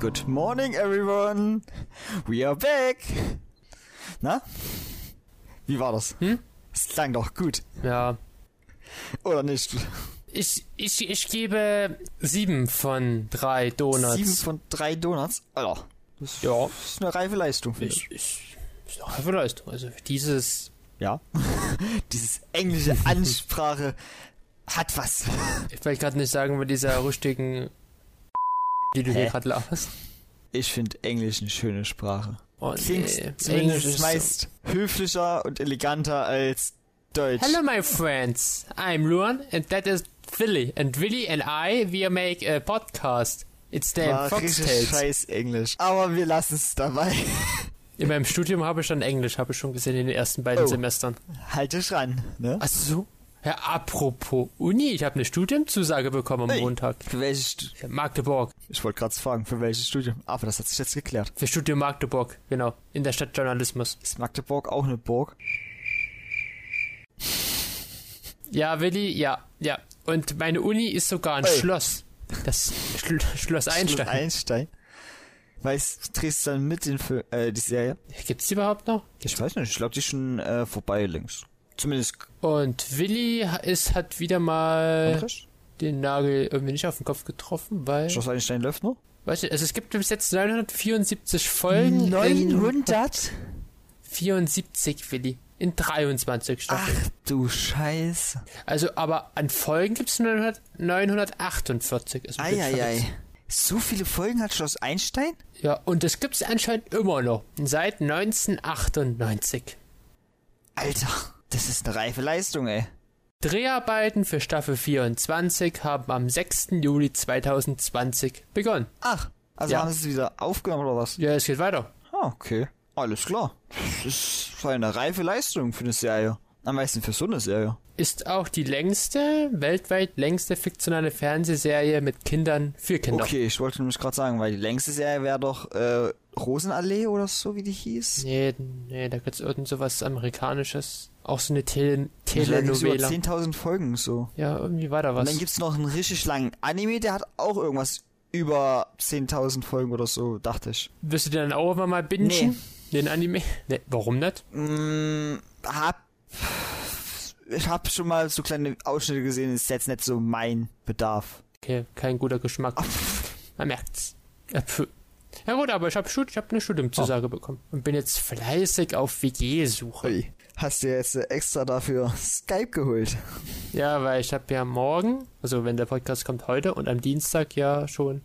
Good morning, everyone. We are back. Na? Wie war das? Hm? Es klang doch gut. Ja. Oder nicht? Ich, ich, ich gebe sieben von drei Donuts. Sieben von drei Donuts? Alter. Das ist- Ja. ist eine reife Leistung. finde ich, ich, ist doch eine Leistung. Also dieses. Ja. Dieses englische Ansprache hat was. Ich will gerade nicht sagen, bei dieser rüstigen. die du Hä? hier gerade laberst. Ich finde Englisch eine schöne Sprache. Oh, Klingt nee. zumindest ist so- meist höflicher und eleganter als Deutsch. Hello, my friends. I'm Luan, and that is Willy. And Willy and I, we make a podcast. It's the War richtig Foxtails. scheiß Englisch. Aber wir lassen es dabei. In meinem Studium habe ich schon Englisch, habe ich schon gesehen in den ersten beiden Oh. Semestern. Halt dich ran, ne? Ach so. Ja, apropos Uni, ich habe eine Studienzusage bekommen am Hey. Montag. Für welches Stu- Magdeburg. Ich wollte gerade fragen, für welches Studium. Aber das hat sich jetzt geklärt. Für Studium Magdeburg, genau. In der Stadt Journalismus. Ist Magdeburg auch eine Burg? Ja, Willi, ja, ja. Und meine Uni ist sogar ein Hey. Schloss. Das Schl Schloss Einstein. Einstein. Weißt du, drehst dann mit den Film, äh, die Serie? Gibt's die überhaupt noch? Ich weiß nicht, ich glaube, die ist schon äh, vorbei links. Zumindest Und Willi ha- ist, hat wieder mal Kongress. den Nagel irgendwie nicht auf den Kopf getroffen, weil. Schloss Einstein läuft noch. Weißt du, also es gibt bis jetzt 974 Folgen. Äh, in 900? 74, Willi. In 23 Staffeln. Ach du Scheiße. Also, aber an Folgen gibt es 900, 948. Ist ein bisschen verrückt. Eieiei. So viele Folgen hat Schloss Einstein? Ja, und das gibt es anscheinend immer noch. Seit 1998. Alter, das ist eine reife Leistung, ey. Dreharbeiten für Staffel 24 haben am 6. Juli 2020 begonnen. Ach, also Ja. haben sie es wieder aufgenommen oder was? Ja, es geht weiter. Ah, okay. Alles klar. Das ist eine reife Leistung für eine Serie. Am meisten für so eine Serie. Ist auch die längste, weltweit längste fiktionale Fernsehserie mit Kindern für Kinder. Okay, ich wollte nämlich gerade sagen, weil die längste Serie wäre doch äh, Rosenallee oder so, wie die hieß. Nee, nee, da gibt's irgend sowas Amerikanisches. Auch so eine Tele Die hat irgendwie so Also über Telenovela. 10.000 Folgen so. Ja, irgendwie war da Und was. dann gibt's noch einen richtig langen Anime, der hat auch irgendwas über 10.000 Folgen oder so, dachte ich. Wirst du den dann auch immer mal bingen? Den Anime? Nee, warum nicht? Mm, hab, ich hab schon mal so kleine Ausschnitte gesehen, ist jetzt nicht so mein Bedarf. Okay, kein guter Geschmack. Man merkt's. Ja, pf. ja gut, aber ich habe ich hab eine Oh. Studiumzusage bekommen und bin jetzt fleißig auf WG-Suche. Ui, Hast du jetzt äh, extra dafür Skype geholt? Ja, weil ich habe ja morgen, also wenn der Podcast kommt heute und am Dienstag ja schon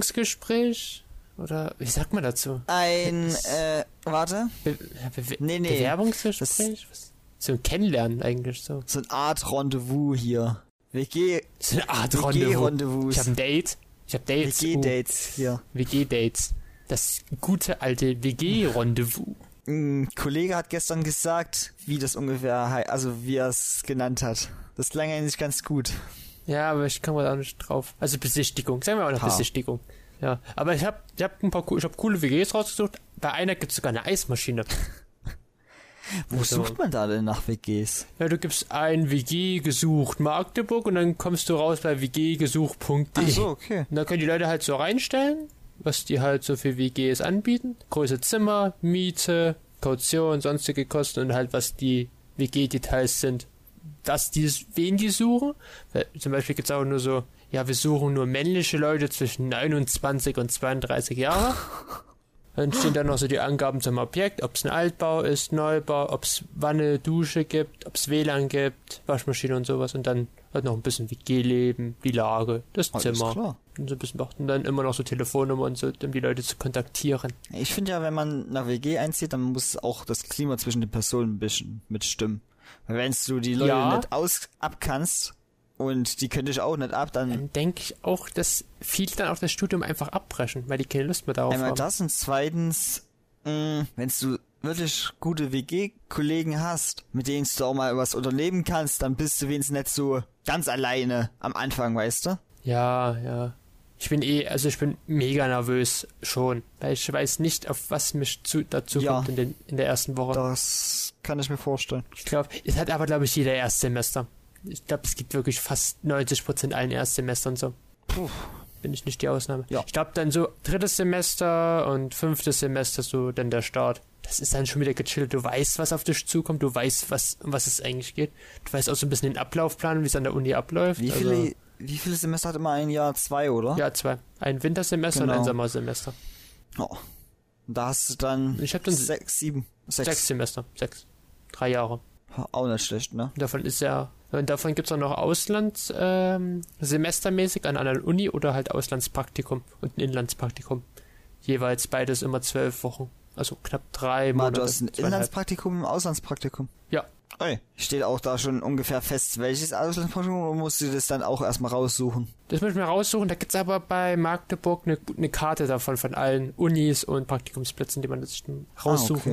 Vorstellungsgespräch oder wie sagt man dazu? Ein, Das- äh, warte. Be Be Nee, nee. Bewerbungsgespräch? Was? So ein Kennenlernen eigentlich so. So eine Art Rendezvous hier. WG, So eine Art Rendezvous. Ich habe WG-Rendezvous. ein Date. Ich habe Dates. Oh. WG-Dates hier. WG-Dates. Das gute alte WG-Rendezvous. Ein Kollege hat gestern gesagt, wie das ungefähr, hei- also wie er es genannt hat. Das klang eigentlich ganz gut. Ja, aber ich kann mal da nicht drauf. Also Besichtigung, sagen wir auch noch Ha. Besichtigung. Ja, aber ich hab, ich hab ein paar, co- ich hab coole WGs rausgesucht. Bei einer gibt's sogar eine Eismaschine. Wo Also- sucht man da denn nach WGs? Ja, du gibst ein WG gesucht Magdeburg und dann kommst du raus bei wggesucht.de. Ach so, okay. Und dann können die Leute halt so reinstellen, was die halt so für WGs anbieten. Größe Zimmer, Miete, Kaution, sonstige Kosten und halt was die WG-Details sind. Dass die, wen die suchen. Weil Zum Beispiel gibt's auch nur so, ja, wir suchen nur männliche Leute zwischen 29 und 32 Jahre. Dann stehen da noch so die Angaben zum Objekt, ob es ein Altbau ist, Neubau, ob es Wanne, Dusche gibt, ob es WLAN gibt, Waschmaschine und sowas. Und dann halt noch ein bisschen WG-Leben, die Lage, das Alles Zimmer. klar. Und so ein bisschen beachten dann immer noch so Telefonnummer und so, um die Leute zu kontaktieren. Ich finde ja, wenn man nach WG einzieht, dann muss auch das Klima zwischen den Personen ein bisschen mitstimmen. Weil wenn du die Leute Ja. nicht aus abkannst und die könnte ich auch nicht ab, dann Dann denke ich auch, dass viele dann auch das Studium einfach abbrechen, weil die keine Lust mehr darauf einmal haben. das und zweitens, mh, wenn du wirklich gute WG-Kollegen hast, mit denen du auch mal was unternehmen kannst, dann bist du wenigstens nicht so ganz alleine am Anfang, weißt du? Ja, ja. Ich bin eh, also ich bin mega nervös schon, weil ich weiß nicht, auf was mich zu, dazu Ja. kommt in, den, in der ersten Woche. Das kann ich mir vorstellen. Ich glaube, es hat aber, glaube ich, jeder Erstsemester. Ich glaube, es gibt wirklich fast 90% allen Erstsemestern so. Puh. bin ich nicht die Ausnahme. Ja. Ich glaube dann so drittes Semester und fünftes Semester so dann der Start. Das ist dann schon wieder gechillt. Du weißt, was auf dich zukommt. Du weißt, was, um was es eigentlich geht. Du weißt auch so ein bisschen den Ablaufplan, wie es an der Uni abläuft. Wie also, viele, wie viele Semester hat immer ein Jahr? Zwei, oder? Ja, zwei. Ein Wintersemester und Genau. ein Sommersemester. Oh. Und da hast du dann Ich habe dann sechs. sechs, sieben, sechs. Semester. Sechs. Drei Jahre. Auch nicht schlecht, ne? Und davon ist ja. Und davon gibt es auch noch Auslands ähm, semestermäßig an einer Uni oder halt Auslandspraktikum und ein Inlandspraktikum. Jeweils beides immer zwölf Wochen. Also knapp drei Mal, Monate. du hast ein zweieinhalb. Inlandspraktikum und ein Auslandspraktikum. Ja. Ey, steht auch da schon ungefähr fest, welches Auslandspraktikum oder musst du das dann auch erstmal raussuchen? Das muss ich mir raussuchen. Da gibt es aber bei Magdeburg eine, eine Karte davon von allen Unis und Praktikumsplätzen, die man sich dann raussuchen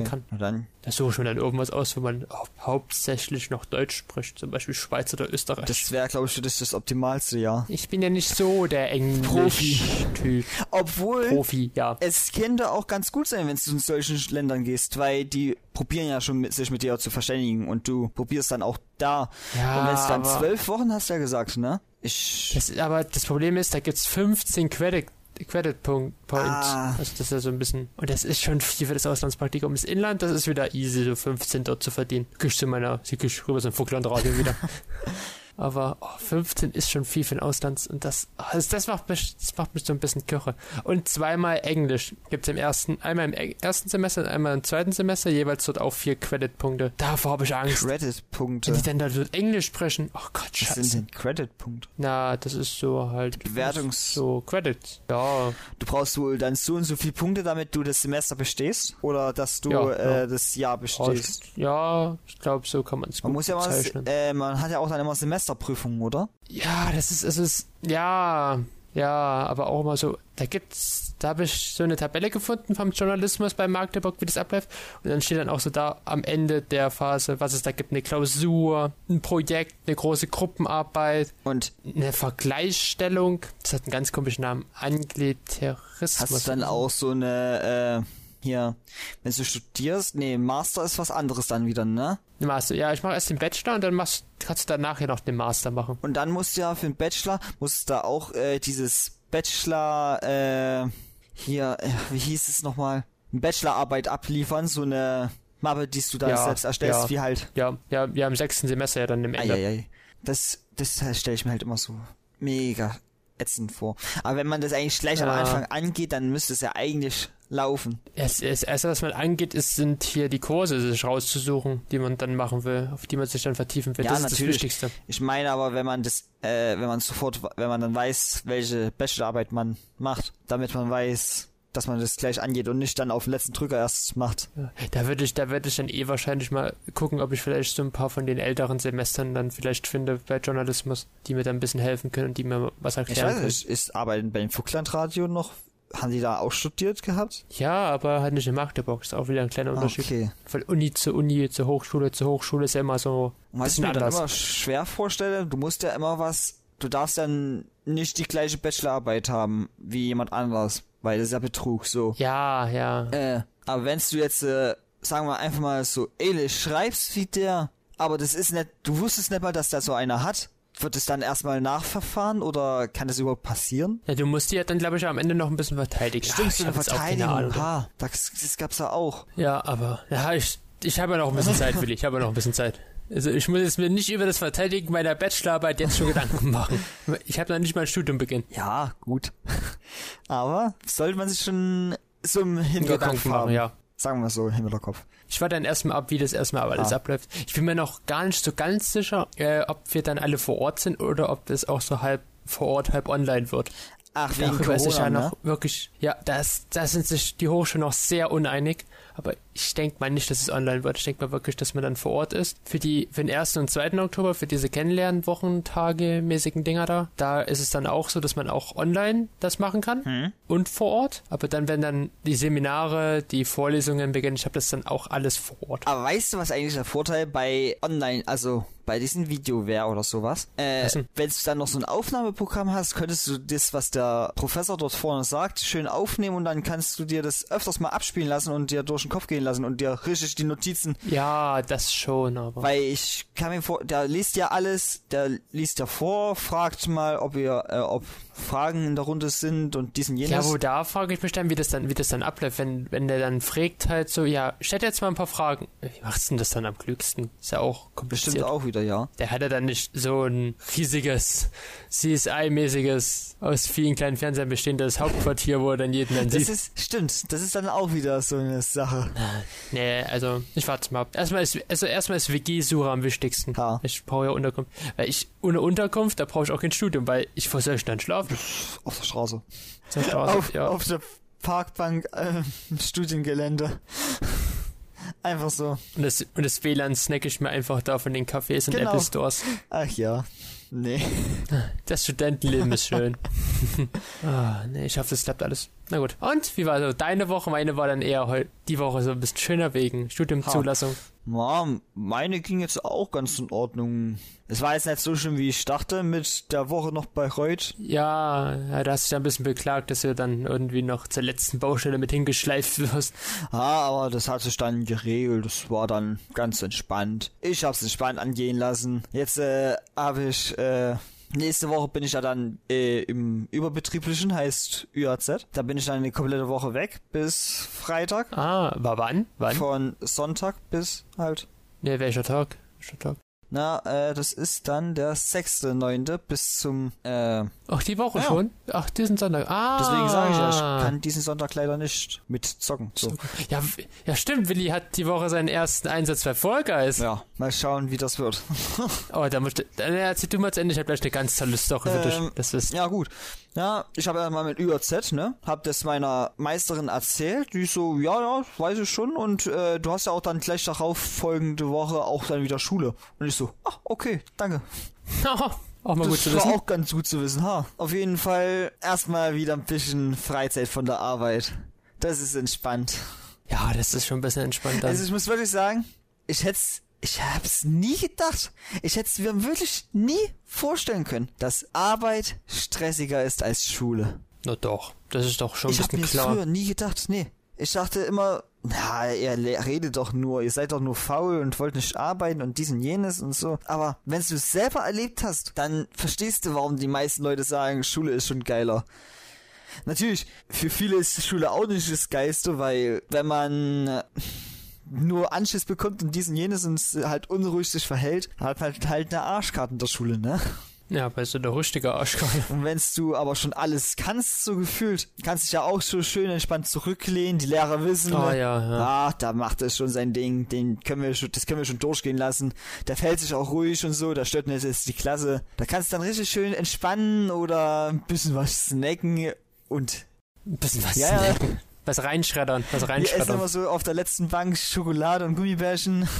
ah, okay. kann. Na dann. Da suche ich mir dann irgendwas aus, wo man hau hauptsächlich noch Deutsch spricht. Zum Beispiel Schweiz oder Österreich. Das wäre, glaube ich, für dich das optimalste Jahr. ich bin ja nicht so der Englisch-Typ. Obwohl Profi, ja. es könnte auch ganz gut sein, wenn du in solchen Ländern gehst, weil die probieren ja schon mit, sich mit dir zu verständigen und du probierst dann auch da. Ja, und wenn es dann Ah, aber- zwölf Wochen hast du ja gesagt, ne? Ich Das, ist- aber das Problem ist, da gibt's 15 Credit, Credit Punkt, Points. Ah. Also das ist ja so ein bisschen. Und das ist schon viel für das Auslandspraktikum. Das Inland, das ist wieder easy, so 15 dort zu verdienen. Kriegst du meiner, sie kriegst rüber so ein Vogtlandradio wieder. Aber oh, 15 ist schon viel für ein Auslands und das, also das, macht mich, das macht mich so ein bisschen kirre. Und zweimal Englisch gibt's im ersten, einmal im e- ersten Semester und einmal im zweiten Semester, jeweils dort auch vier Creditpunkte. Davor habe ich Angst. Wenn Credit-Punkte. die dann da so Englisch sprechen, oh Gott, Was scheiße. sind denn Credit-Punkte? Na, das ist so halt. Bewertungs- So, Credits. Ja. Du brauchst wohl dann so und so viele Punkte, damit du das Semester bestehst oder dass du Ja, äh, ja. das Jahr bestehst. Ja, ich glaube, so kann man es Man muss ja mal, bezeichnen. äh, man hat ja auch dann immer Semesterprüfungen, oder? Ja, das ist, es ist, ja, ja, aber auch immer so, da gibt's, da habe ich so eine Tabelle gefunden vom Journalismus bei Magdeburg, wie das abläuft. Und dann steht dann auch so da am Ende der Phase, was es da gibt, eine Klausur, ein Projekt, eine große Gruppenarbeit, Und eine Vergleichsstellung. Das hat einen ganz komischen Namen, hast Angleterismus. du dann auch so eine, äh, hier, wenn du studierst, nee, Master ist was anderes dann wieder, ne? Eine Master. Ja, ich mache erst den Bachelor und dann machst, kannst du danach ja noch den Master machen. Und dann musst du ja für den Bachelor, musst du da auch äh, dieses Bachelor, äh, hier, äh, wie hieß es nochmal? Eine Bachelorarbeit abliefern, so eine Mappe, die du dann Ja, selbst erstellst, ja. wie halt. Ja, ja, ja, im sechsten Semester ja dann Ah, im Ende. Eieiei. Das, das stelle ich mir halt immer so mega ätzend vor. Aber wenn man das eigentlich gleich am Ja. Anfang angeht, dann müsste es ja eigentlich laufen. Es, es, erste, was man angeht, ist, sind hier die Kurse sich rauszusuchen, die man dann machen will, auf die man sich dann vertiefen will. Ja, das natürlich. ist das Wichtigste. Ich meine aber, wenn man das, äh, wenn man sofort, wenn man dann weiß, welche Bachelorarbeit man macht, damit man weiß, dass man das gleich angeht und nicht dann auf den letzten Drücker erst macht. Ja. Da würde ich, da würde ich dann eh wahrscheinlich mal gucken, ob ich vielleicht so ein paar von den älteren Semestern dann vielleicht finde bei Journalismus, die mir dann ein bisschen helfen können und die mir was Ich erklären weiß können. nicht, ist arbeiten bei dem Vogtlandradio noch, haben die da auch studiert gehabt? Ja, aber halt nicht in Magdeburg, ist auch wieder ein kleiner Ah, Unterschied. Okay. Von Uni zu Uni, zu Hochschule, zu Hochschule ist ja immer so Und was ich Bisschen mir dann anders. immer schwer vorstelle, du musst ja immer was, du darfst dann nicht die gleiche Bachelorarbeit haben wie jemand anders, weil das ist ja Betrug, so. Ja, ja. Äh, aber wenn du jetzt, äh, sagen wir einfach mal so ähnlich schreibst wie der, aber das ist nicht, du wusstest nicht mal, dass da so einer hat, wird es dann erstmal nachverfahren oder kann das überhaupt passieren? Ja, du musst die ja dann, glaube ich, am Ende noch ein bisschen verteidigen. Ah, Stimmt, so ich eine hab jetzt auch keine Ahnung. Verteidigung, ha, das, das gab's ja auch. Ja, aber ja, ich, ich habe ja noch ein bisschen Zeit, Willi. Ich habe ja noch ein bisschen Zeit. Also ich muss jetzt mir nicht über das Verteidigen meiner Bachelorarbeit jetzt schon Gedanken machen. Ich habe noch nicht mein Studium beginnen. Ja, gut. aber sollte man sich schon so im Hinterkopf Gedanken haben. machen, ja. Sagen wir so, im Hinterkopf. Ich warte dann erstmal ab, wie das erstmal alles Ah. abläuft. Ich bin mir noch gar nicht so ganz sicher, äh, ob wir dann alle vor Ort sind oder ob das auch so halb vor Ort, halb online wird. Ach, wegen Darüber Corona, ist sich ja ne? noch wirklich, ja, das, da sind sich die Hochschulen noch sehr uneinig. Aber ich denke mal nicht, dass es online wird. Ich denke mal wirklich, dass man dann vor Ort ist. Für die, für den 1. und 2. Oktober, für diese Kennenlernwochentage mäßigen Dinger da, da ist es dann auch so, dass man auch online das machen kann Hm? und vor Ort. Aber dann, wenn dann die Seminare, die Vorlesungen beginnen, ich habe das dann auch alles vor Ort. Aber weißt du, was eigentlich der Vorteil bei Online, also bei diesem Video wäre oder sowas? Äh, Was denn? wenn du dann noch so ein Aufnahmeprogramm hast, könntest du das, was der Professor dort vorne sagt, schön aufnehmen und dann kannst du dir das öfters mal abspielen lassen und dir durch den Kopf gehen lassen und dir richtig die Notizen, Ja, das schon, aber. weil ich kann mir vor, der liest ja alles, der liest ja vor, fragt mal, ob ihr, äh, ob Fragen in der Runde sind und diesen ja, jenes. wo da frage ich mich dann, wie das dann, wie das dann abläuft, wenn, wenn der dann fragt halt so, ja, stell dir jetzt mal ein paar Fragen. Äh, Wie machst du denn das dann am klügsten? Ist ja auch kompliziert. Bestimmt auch wieder, ja. Der hatte dann nicht so ein riesiges CSI-mäßiges, aus vielen kleinen Fernsehern bestehendes Hauptquartier, wo er dann jeden dann Das sieht. ist, stimmt, das ist dann auch wieder so eine Sache. Nee, also ich warte mal ab. Erstmal ist, also erstmal ist WG-Suche am wichtigsten. Ja. Ich brauche ja Unterkunft. Weil ich, ohne Unterkunft, da brauche ich auch kein Studium, weil ich wo soll ich dann schlafen? Auf der Straße. Soll ich draußen- Auf, ja. auf der Parkbank äh, im Studiengelände. Einfach so. Und, das, und das WLAN snack ich mir einfach da von den Cafés und Genau. Apple Stores. Ach ja. Nee. Das Studentenleben ist schön. ah, nee, ich hoffe, das klappt alles. Na gut. Und wie war so deine Woche? Meine war dann eher heu die Woche so ein bisschen schöner wegen Studiumzulassung. Mom, meine ging jetzt auch ganz in Ordnung. Es war jetzt nicht so schlimm, wie ich dachte, mit der Woche noch bei Reut. Ja, ja, da hast du dich ja ein bisschen beklagt, dass du dann irgendwie noch zur letzten Baustelle mit hingeschleift wirst. Ah, aber das hat sich dann geregelt. Das war dann ganz entspannt. Ich hab's entspannt angehen lassen. Jetzt äh, habe ich äh, nächste Woche bin ich ja dann äh, im überbetrieblichen, heißt ÜAZ. Da bin ich dann eine komplette Woche weg bis Freitag. Ah, war wann? Wann? Von Sonntag bis halt. Ne, welcher Tag? Welcher Tag? Na, äh, das ist dann der 6.9. bis zum, äh, Ach, die Woche Ja. schon? Ach, diesen Sonntag. Ah. deswegen sage ich ja, ich kann diesen Sonntag leider nicht mit zocken. So. Ja, w- ja, stimmt, Willi hat die Woche seinen ersten Einsatz bei Fall Guys. Ja, mal schauen, wie das wird. Oh, da musst du, dann erzähl du mal zu Ende, ich hab gleich eine ganz tolle Story für Ähm, dich. Das ist, Ja, gut. Ja, ich habe ja mal mit ÜAZ, ne? Hab das meiner Meisterin erzählt. Die so, ja, ja, weiß ich schon. Und äh, du hast ja auch dann gleich darauf folgende Woche auch dann wieder Schule. Und ich so, ah, okay, danke. oh, auch mal gut Das zu war wissen. auch ganz gut zu wissen, ha. Auf jeden Fall erstmal wieder ein bisschen Freizeit von der Arbeit. Das ist entspannt. Ja, Ah, das ist schon ein bisschen entspannter. Also ich muss wirklich sagen, ich hätt's, ich hab's nie gedacht. Ich hätt's mir wirklich nie vorstellen können, dass Arbeit stressiger ist als Schule. Na doch, das ist doch schon ein ich hab bisschen mir klar. früher nie gedacht, nee. Ich dachte immer, na, ihr le- redet doch nur, ihr seid doch nur faul und wollt nicht arbeiten und dies und jenes und so. Aber wenn du es selber erlebt hast, dann verstehst du, warum die meisten Leute sagen, Schule ist schon geiler. Natürlich, für viele ist Schule auch nicht das Geiste, weil wenn man äh, nur Anschiss bekommt und dies und jenes und halt unruhig sich verhält, hat man halt eine Arschkarte in der Schule, ne? Ja, weißt du, der richtige Arschkarte. Und wenn du aber schon alles kannst, so gefühlt, kannst dich ja auch so schön entspannt zurücklehnen, die Lehrer wissen. Ah, ne? ja, ja. Ah, da macht es schon sein Ding, den können wir schon, das können wir schon durchgehen lassen. Der fällt sich auch ruhig und so, da stört nicht jetzt die Klasse. Da kannst du dann richtig schön entspannen oder ein bisschen was snacken und Ein bisschen was, ja, ja, was reinschreddern, was wir essen reinschreddern. immer so auf der letzten Bank Schokolade und Gummibärchen.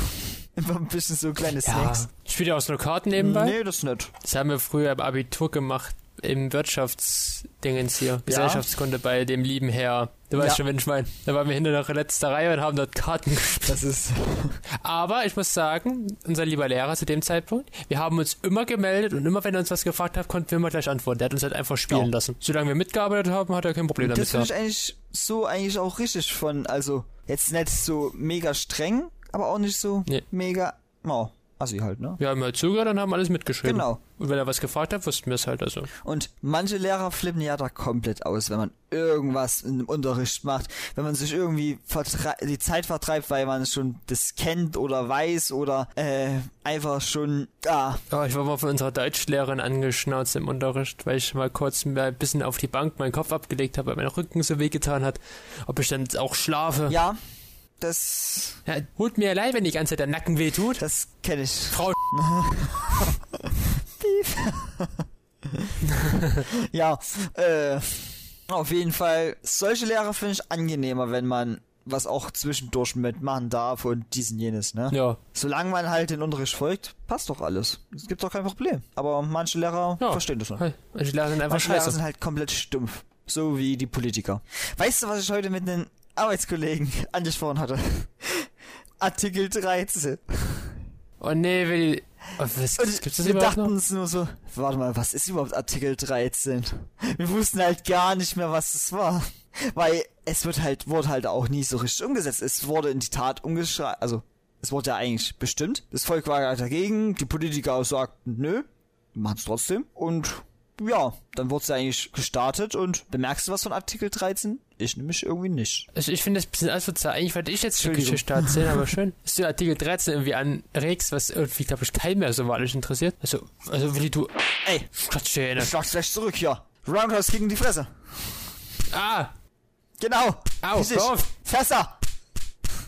Immer ein bisschen so kleine Ja, Snacks. spielt ihr auch nur Karten nebenbei? Nee, das nicht. Das haben wir früher im Abitur gemacht, im Wirtschaftsdingens hier, Gesellschaftskunde bei dem lieben Herr. Du weißt Ja. schon, wen ich meine. Da waren wir hinter der letzten Reihe und haben dort Karten gespielt. Das ist. Aber ich muss sagen, unser lieber Lehrer zu dem Zeitpunkt, wir haben uns immer gemeldet und immer, wenn er uns was gefragt hat, konnten wir immer gleich antworten. Der hat uns halt einfach spielen Ja. lassen. Solange wir mitgearbeitet haben, hat er kein Problem damit Das finde gehabt. ich eigentlich so eigentlich auch richtig von, also jetzt nicht so mega streng, aber auch nicht so Nee. mega, oh, assi halt, ne? Wir haben halt zugehört und haben alles mitgeschrieben. Genau. Und wenn er was gefragt hat, wussten wir es halt also. Und manche Lehrer flippen ja da komplett aus, wenn man irgendwas im Unterricht macht, wenn man sich irgendwie vertrei- die Zeit vertreibt, weil man schon das kennt oder weiß oder äh, einfach schon ah, da. Ja, ich war mal von unserer Deutschlehrerin angeschnauzt im Unterricht, weil ich mal kurz mal ein bisschen auf die Bank meinen Kopf abgelegt habe, weil mein Rücken so wehgetan hat. Ob ich dann jetzt auch schlafe. Ja, das, Ja. holt mir leid, wenn die ganze Zeit der Nacken weh tut. das kenne ich. Frau Ja, äh, auf jeden Fall, solche Lehrer finde ich angenehmer, wenn man was auch zwischendurch mitmachen darf und diesen jenes, ne? Ja, Solange man halt den Unterricht folgt, passt doch alles. Es gibt doch kein Problem. Aber manche Lehrer Ja. verstehen das nicht. ich lerne dann einfach Manche Lehrer scheiße. sind halt komplett stumpf. So wie die Politiker. Weißt du, was ich heute mit einem Arbeitskollegen angesprochen hatte? Artikel 13. Oh nee, Willi. Oh, was, Und gibt's das wir überhaupt dachten noch? uns nur so, warte mal, was ist überhaupt Artikel 13? Wir wussten halt gar nicht mehr, was das war. Weil es wird halt, wurde halt auch nie so richtig umgesetzt. Es wurde in die Tat umgeschrieben, also es wurde ja eigentlich bestimmt. Das Volk war ja dagegen, die Politiker sagten, nö, machen es trotzdem. Und ja, dann wurde es ja eigentlich gestartet und bemerkst du was von Artikel 13? Ich nämlich irgendwie nicht. Also ich finde das ein bisschen asozial. Eigentlich wollte ich jetzt die Geschichte erzählen, aber schön. Dass du Artikel 13 irgendwie anregst, was irgendwie, glaube ich, kein mehr so wahrlich interessiert. Also, also Willi, du... Ey, Schatschäne. schlag's gleich zurück hier. Roundhouse gegen die Fresse. Ah! Genau. Au, Richtig. hör auf! Fässer.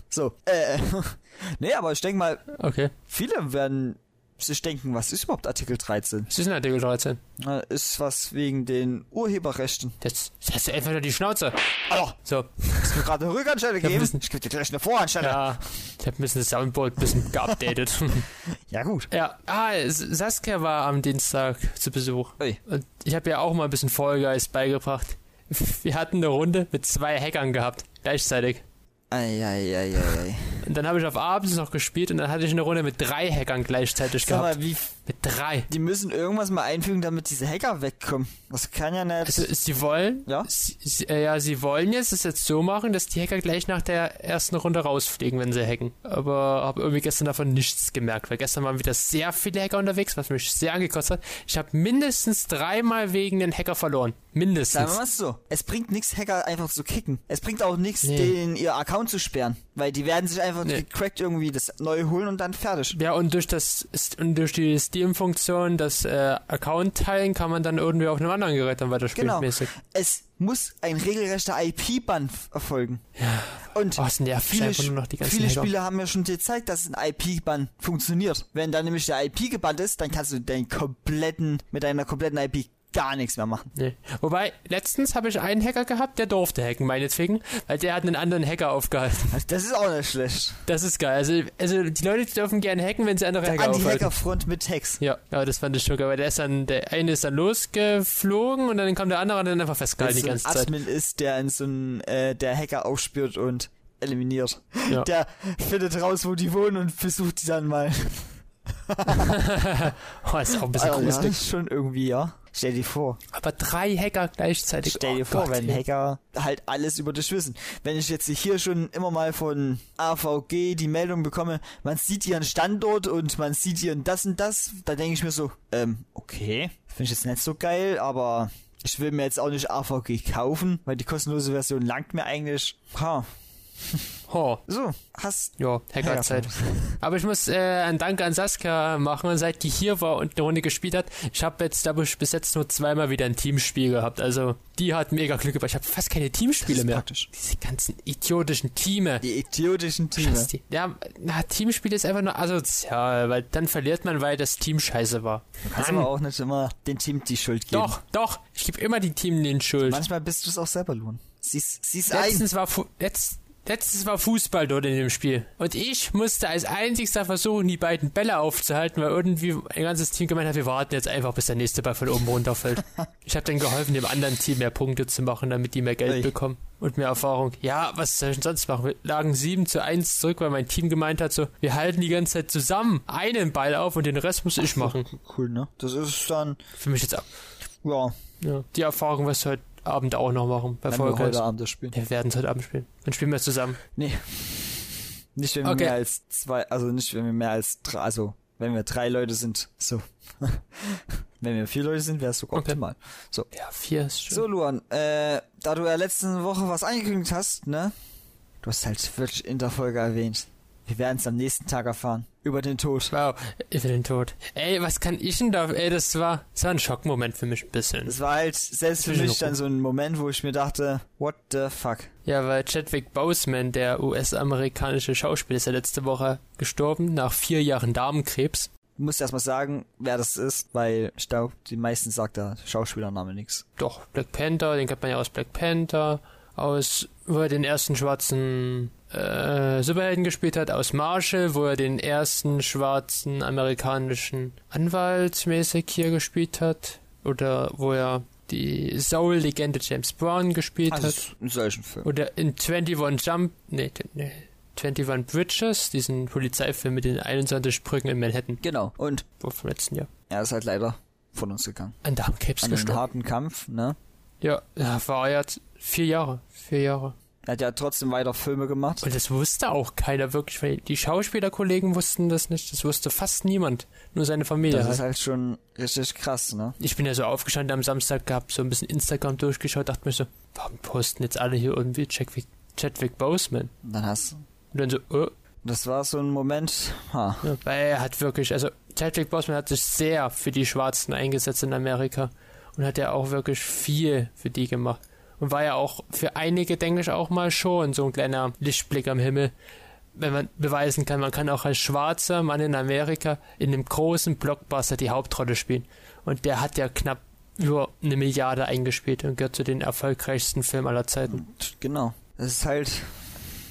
So, äh, nee, aber ich denke mal, Okay. viele werden sich denken, was ist überhaupt Artikel 13? Was ist denn Artikel 13? Na, Ist was wegen den Urheberrechten. Das, das hast du einfach nur die Schnauze. Alter, So. hast du mir gerade eine Rückanstelle hab ein gegeben? bisschen- Ich gebe dir gleich eine Voranstelle. Ja, Ja. Ich habe ein bisschen das Soundboard ein bisschen geupdatet. gut. ja. Ah, S- Saskia war am Dienstag zu Besuch. Ey, Und ich habe ja auch mal ein bisschen Fall Guys beigebracht. Wir hatten eine Runde mit zwei Hackern gehabt. Gleichzeitig. ei, ei, ei, ei, ei. Und dann habe ich auf abends noch gespielt und dann hatte ich eine Runde mit drei Hackern gleichzeitig Sag gehabt. mal, wie, Mit drei. die müssen irgendwas mal einfügen, damit diese Hacker wegkommen. Das kann ja nicht. Also sie wollen, Ja? sie, sie, äh, ja, sie wollen jetzt es jetzt so machen, dass die Hacker gleich nach der ersten Runde rausfliegen, wenn sie hacken. Aber habe irgendwie gestern davon nichts gemerkt, weil gestern waren wieder sehr viele Hacker unterwegs, was mich sehr angekotzt hat. Ich habe mindestens dreimal wegen den Hacker verloren. Sagen wir Mindestens. mal so, es bringt nichts, Hacker einfach zu kicken. Es bringt auch nichts, Nee. denen ihr Account zu sperren. Weil die werden sich einfach Nee. gecrackt irgendwie das neue holen und dann fertig. Ja, und durch das und durch die Steam-Funktion, das äh, Account teilen, kann man dann irgendwie auf einem anderen Gerät dann weiterspielen. Genau. Mäßig. Es muss ein regelrechter IP-Bann f- erfolgen. Und Oh, es nervt mich viele, einfach nur noch die Sch- ganzen viele Hacker. Spiele haben ja schon gezeigt, dass ein IP-Bann funktioniert. Wenn dann nämlich der IP gebannt ist, dann kannst du deinen kompletten, mit deiner kompletten IP gar nichts mehr machen. Nee. Wobei, letztens habe ich einen Hacker gehabt, der durfte hacken, meinetwegen, weil der hat einen anderen Hacker aufgehalten. Also das ist auch nicht schlecht. Das ist geil. Also, also die Leute dürfen gerne hacken, wenn sie andere Hacker aufhalten. Anti-Hacker-Front mit Hex. genau. Ja, ja, das fand ich schon geil, weil der ist dann, der eine ist dann losgeflogen und dann kam der andere und dann einfach festgehalten die so ganze ein Zeit. Admin ist, der in so einen, äh, der Hacker aufspürt und eliminiert. Ja. Der findet raus, wo die wohnen und versucht die dann mal. Oh, ist auch ein bisschen Also, ja, gruselig. ist schon irgendwie, ja. Stell dir vor. Aber drei Hacker gleichzeitig. Stell dir oh vor, Gott, wenn ey. Hacker halt alles über dich wissen. Wenn ich jetzt hier schon immer mal von AVG die Meldung bekomme, man sieht ihren Standort und man sieht ihren das und das, da denke ich mir so, ähm, okay, finde ich jetzt nicht so geil, aber ich will mir jetzt auch nicht AVG kaufen, weil die kostenlose Version langt mir eigentlich. Ha, Oh. so, hast Ja, Hackerzeit. Aber ich muss äh, einen Dank an Saskia machen, seit die hier war und eine Runde gespielt hat. Ich habe jetzt, glaube ich, bis jetzt nur zweimal wieder ein Teamspiel gehabt. Also, die hat mega Glück, aber ich habe fast keine Teamspiele ist mehr. praktisch. Diese ganzen idiotischen Teame. Die idiotischen Teams. Scheiß die- Ja, na, Teamspiel ist einfach nur asozial, weil dann verliert man, weil das Team scheiße war. Kannst aber auch nicht immer dem Team die Schuld geben. Doch, doch, ich gebe immer die Team den Schuld. Manchmal bist du es auch selber lohn. Sieh's, sieh's ein. Letztens war, Fu letzt letztens war Fußball dort in dem Spiel. Und ich musste als einzigster versuchen, die beiden Bälle aufzuhalten, weil irgendwie ein ganzes Team gemeint hat, wir warten jetzt einfach, bis der nächste Ball von oben runterfällt. ich habe dann geholfen, dem anderen Team mehr Punkte zu machen, damit die mehr Geld Ey. bekommen und mehr Erfahrung. Ja, was soll ich denn sonst machen? Wir lagen 7 zu 1 zurück, weil mein Team gemeint hat, so, wir halten die ganze Zeit zusammen einen Ball auf und den Rest muss ich machen. Cool, ne? Das ist dann, Für mich jetzt ab. ja, Ja. Die Erfahrung wirst du heute Abend auch noch machen, bei wenn wir Folge. heute Abend das spielen. Wir werden es heute Abend spielen. Dann spielen wir es zusammen. Nee. Nicht, wenn wir Okay. mehr als zwei, also nicht, wenn wir mehr als drei, also, wenn wir drei Leute sind. So. wenn wir vier Leute sind, wäre es sogar Okay. optimal. Ja, vier ist schön. So, Luan, äh, da du ja letzte Woche was angekündigt hast, ne? Du hast halt wirklich in der Folge erwähnt. Wir werden es am nächsten Tag erfahren. Über den Tod. Wow, ich bin tot. Ey, was kann ich denn da? Ey, das war, das war ein Schockmoment für mich ein bisschen. Das war halt selbst für Zwischen mich dann so ein Moment, wo ich mir dachte, what the fuck? Ja, weil Chadwick Boseman, der US-amerikanische Schauspieler, ist ja letzte Woche gestorben, nach vier Jahren Darmkrebs. Du musst erstmal sagen, wer das ist, weil ich glaube, die meisten sagt der Schauspielername nichts. Doch, Black Panther, den kennt man ja aus Black Panther, aus, wo er den ersten schwarzen äh, Superhelden gespielt hat, aus Marshall, wo er den ersten schwarzen amerikanischen Anwalt mäßig hier gespielt hat, oder wo er die Soul-Legende James Brown gespielt hat. Also in solchen Filmen. Oder in 21 Jump, nee, t- nee, 21 Bridges, diesen Polizeifilm mit den 21 Brücken in Manhattan, Genau. Und wo vom letzten Jahr. er ist halt leider von uns gegangen. An Darmkrebs An einem gestorben. harten Kampf, ne? Ja, ja, war er jetzt vier Jahre. Vier Jahre. Er hat ja trotzdem weiter Filme gemacht. Und das wusste auch keiner wirklich, weil die Schauspielerkollegen wussten das nicht. Das wusste fast niemand. Nur seine Familie. Das Halt. ist halt schon richtig krass, ne? Ich bin ja so aufgestanden am Samstag, hab so ein bisschen Instagram durchgeschaut, dachte mir so, warum posten jetzt alle hier irgendwie Chadwick, Chadwick Boseman? Und dann hast du. Und dann so, oh, Das war so ein Moment, ha. ja, weil er hat wirklich, also Chadwick Boseman hat sich sehr für die Schwarzen eingesetzt in Amerika und hat ja auch wirklich viel für die gemacht. Und war ja auch für einige, denke ich, auch mal schon so ein kleiner Lichtblick am Himmel, wenn man beweisen kann, man kann auch als schwarzer Mann in Amerika in einem großen Blockbuster die Hauptrolle spielen. Und der hat ja knapp über eine Milliarde eingespielt und gehört zu den erfolgreichsten Filmen aller Zeiten. Genau. Es ist halt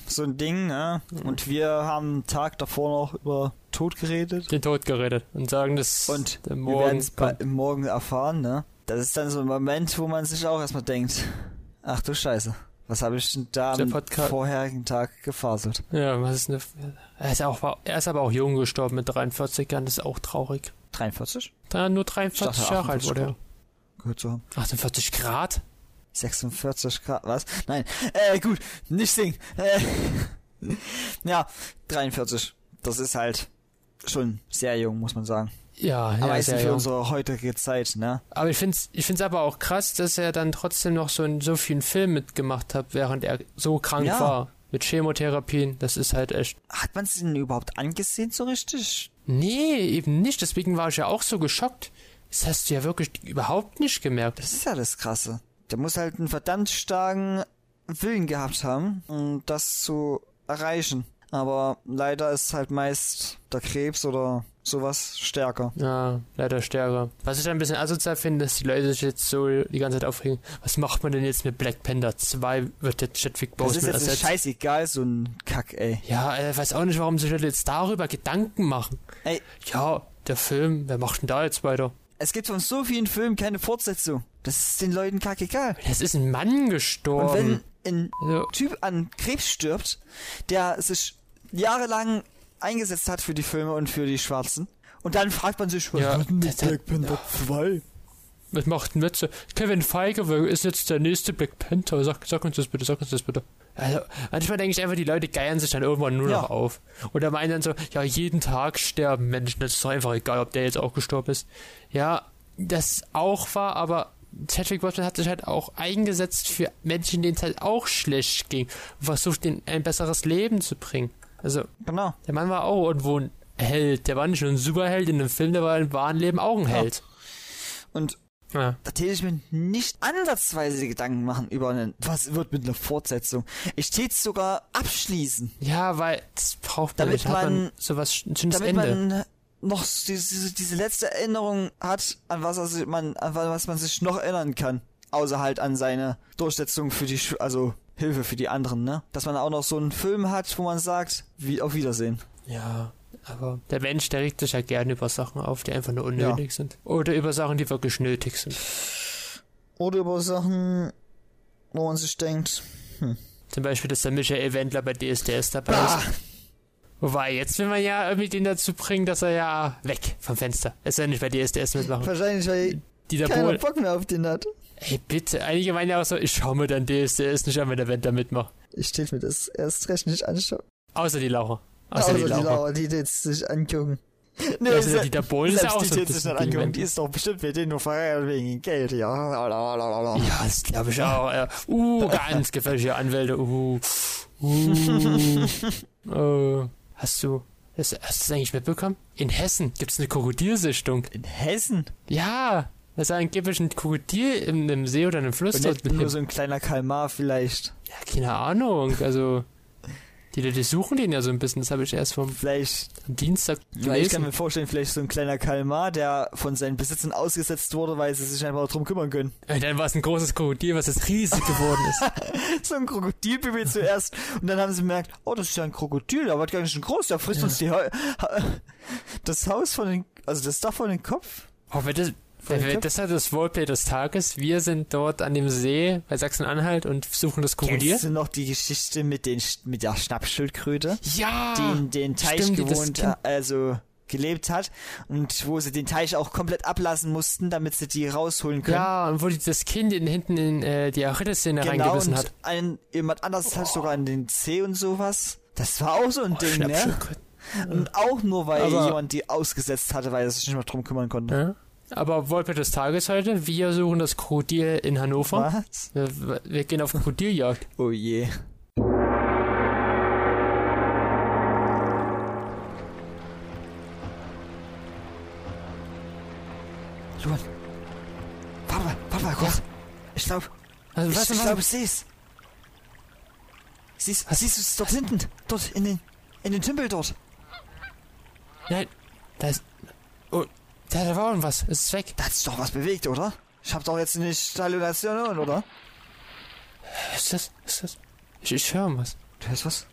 so ein Ding, ne? Mhm. Und wir haben einen Tag davor noch über Tod geredet. Den Tod geredet und sagen, dass Und der Wir werden Morgen es kommt. morgen erfahren, ne? Das ist dann so ein Moment, wo man sich auch erstmal denkt, ach du Scheiße, was habe ich denn da Der am Podcast- vorherigen Tag gefaselt? Ja, was ist eine. Er ist, auch, er ist aber auch jung gestorben mit 43 Jahren, das ist auch traurig. 43? Da er nur 43 Ich dachte, Jahre alt 48 wurde. er. Gehört zu haben. 48 Grad? 46 Grad, was? Nein, äh, gut, nicht singen. Äh, ja, 43. Das ist halt schon sehr jung, muss man sagen. Ja, Aber ja, ist nicht sehr für jung. unsere heutige Zeit, ne? Aber ich find's, ich find's aber auch krass, dass er dann trotzdem noch so in so vielen Filmen mitgemacht hat, während er so krank Ja. war. Mit Chemotherapien, das ist halt echt. Hat man es denn überhaupt angesehen so richtig? Nee, eben nicht. Deswegen war ich ja auch so geschockt. Das hast du ja wirklich überhaupt nicht gemerkt. Das ist ja das Krasse. Der muss halt einen verdammt starken Willen gehabt haben, um das zu erreichen. Aber leider ist halt meist der Krebs oder sowas stärker. Ja, leider stärker. Was ich ein bisschen asozial finde, dass die Leute sich jetzt so die ganze Zeit aufregen. Was macht man denn jetzt mit Black Panther 2? Wird jetzt Chadwick Das ist Boseman jetzt ersetzt? scheißegal, so ein Kack, ey. Ja, ich weiß auch nicht, warum sich Leute jetzt darüber Gedanken machen. Ey. Ja, der Film, wer macht denn da jetzt weiter? Es gibt von so vielen Filmen keine Fortsetzung. Das ist den Leuten kackegal. Es ist ein Mann Und gestorben. wenn ein also, Typ an Krebs stirbt, der sich jahrelang eingesetzt hat für die Filme und für die Schwarzen, und dann fragt man sich, was Ja, wird denn das mit hat- Black Panther 2? was macht denn jetzt? Kevin Feige wer ist jetzt der nächste Black Panther. Sag, sag uns das bitte, sag uns das bitte. Also, manchmal denke ich einfach, die Leute geiern sich dann irgendwann nur Ja. noch auf. Oder meinen dann so, ja, jeden Tag sterben Menschen. Das ist doch einfach egal, ob der jetzt auch gestorben ist. Ja, das auch war, aber Chadwick Boseman hat sich halt auch eingesetzt für Menschen, denen es halt auch schlecht ging. Und versucht, ihnen ein besseres Leben zu bringen. Also, Genau. Der Mann war auch irgendwo ein Held. Der war nicht nur ein Superheld in einem Film, der war im wahren Leben auch ein Ja. Held. Und Ja. da täte ich mir nicht ansatzweise Gedanken machen über einen, was wird mit einer Fortsetzung. Ich täte es sogar abschließen, ja, weil das braucht man Damit nicht. Hat man man- sowas ein schönes damit Ende. man noch diese, diese- diese letzte Erinnerung hat, an was, er sich- man, an was man sich noch erinnern kann. Außer halt an seine Durchsetzung für die, Sch- also Hilfe für die anderen, ne? Dass man auch noch so einen Film hat, wo man sagt, wie, auf Wiedersehen. ja, aber der Mensch, der regt sich ja gerne über Sachen auf, die einfach nur unnötig sind. Oder über Sachen, die wirklich nötig sind. Oder über Sachen, wo man sich denkt, Zum Beispiel, dass der Michael Wendler bei DSDS dabei bah, ist. Wobei, jetzt will man ja irgendwie den dazu bringen, dass er ja weg vom Fenster. Er soll nicht bei DSDS mitmachen. wahrscheinlich, weil Dieter keiner Bohl, Bock mehr auf den hat. ey bitte, einige meinen ja auch so, ich schaue mir dann DSDS nicht an, wenn der Wendler mitmacht. Ich stell mir das erst recht nicht anschauen. Außer die Laura. Außer, die Laura. also die jetzt sich angucken. Nee, Also der Dieter Bohlen ist ja auch so ein bisschen gegen Wendler. halt ist doch bestimmt mit denen nur verheiratet wegen Geld, ja. Ja, das glaube ich auch. Ja. Uh, ganz gefällige Anwälte. Uh. Uh. äh, hast du das, hast du das eigentlich mitbekommen? In Hessen gibt es eine Krokodilsichtung. In Hessen? Ja, das ist angeblich ein Krokodil in einem See oder einem Fluss Und dort nicht lebt. nur so ein kleiner Kalmar vielleicht. Ja, keine Ahnung. Also, die Leute suchen den ja so ein bisschen. Das habe ich erst vom Vielleicht, am Dienstag weil ich kann gelesen. mir vorstellen, vielleicht so ein kleiner Kalmar, der von seinen Besitzern ausgesetzt wurde, weil sie sich einfach drum kümmern können. Und Äh, dann war es ein großes Krokodil, was jetzt riesig geworden ist. So ein Krokodilbaby zuerst und dann haben sie gemerkt, oh, das ist ja ein Krokodil, aber gar nicht schon groß, der frisst uns die Heu ha- das Haus von den, also das Dach von den Kopf. Oh, wenn das, Voll wenn, wenn tipp. das hat das Roleplay des Tages. Wir sind dort an dem See bei Sachsen-Anhalt und suchen das Krokodil. Kennst du noch die Geschichte mit den Sch- mit der Schnappschildkröte? Ja! die in den Teich Ah, stimmt, die das gewohnt, Kind- also gelebt hat und wo sie den Teich auch komplett ablassen mussten, damit sie die rausholen können. Ja, und wo die, das Kind in, hinten in äh, die Achillessehne genau, reingebissen und hat. ein, jemand anders hat sogar an den Zeh und sowas. Das war auch so ein Ding, ne? Schnappschluck. Und auch nur, weil Oh, Aber- Äh, jemand die ausgesetzt hatte, weil er sich nicht mehr drum kümmern konnte. Ja. Aber Wolpe des Tages heute, wir suchen das Krokodil in Hannover. Was? Wir, wir gehen auf Krokodiljagd. Oh je. Johann. Warte mal, warte mal, Gott. Ich glaube, Also, ich, was, ich was, glaube, ich seh's. Siehst, siehst du es dort hinten? Dort in den, in den Tümpel dort. Nein, da ist. Oh, da, da war irgendwas. Es ist weg. Da hat's doch was bewegt, oder? Ich hab doch jetzt nicht Halluzination, oder? Ist das. Ist das. Ich, ich höre was. Du hörst was?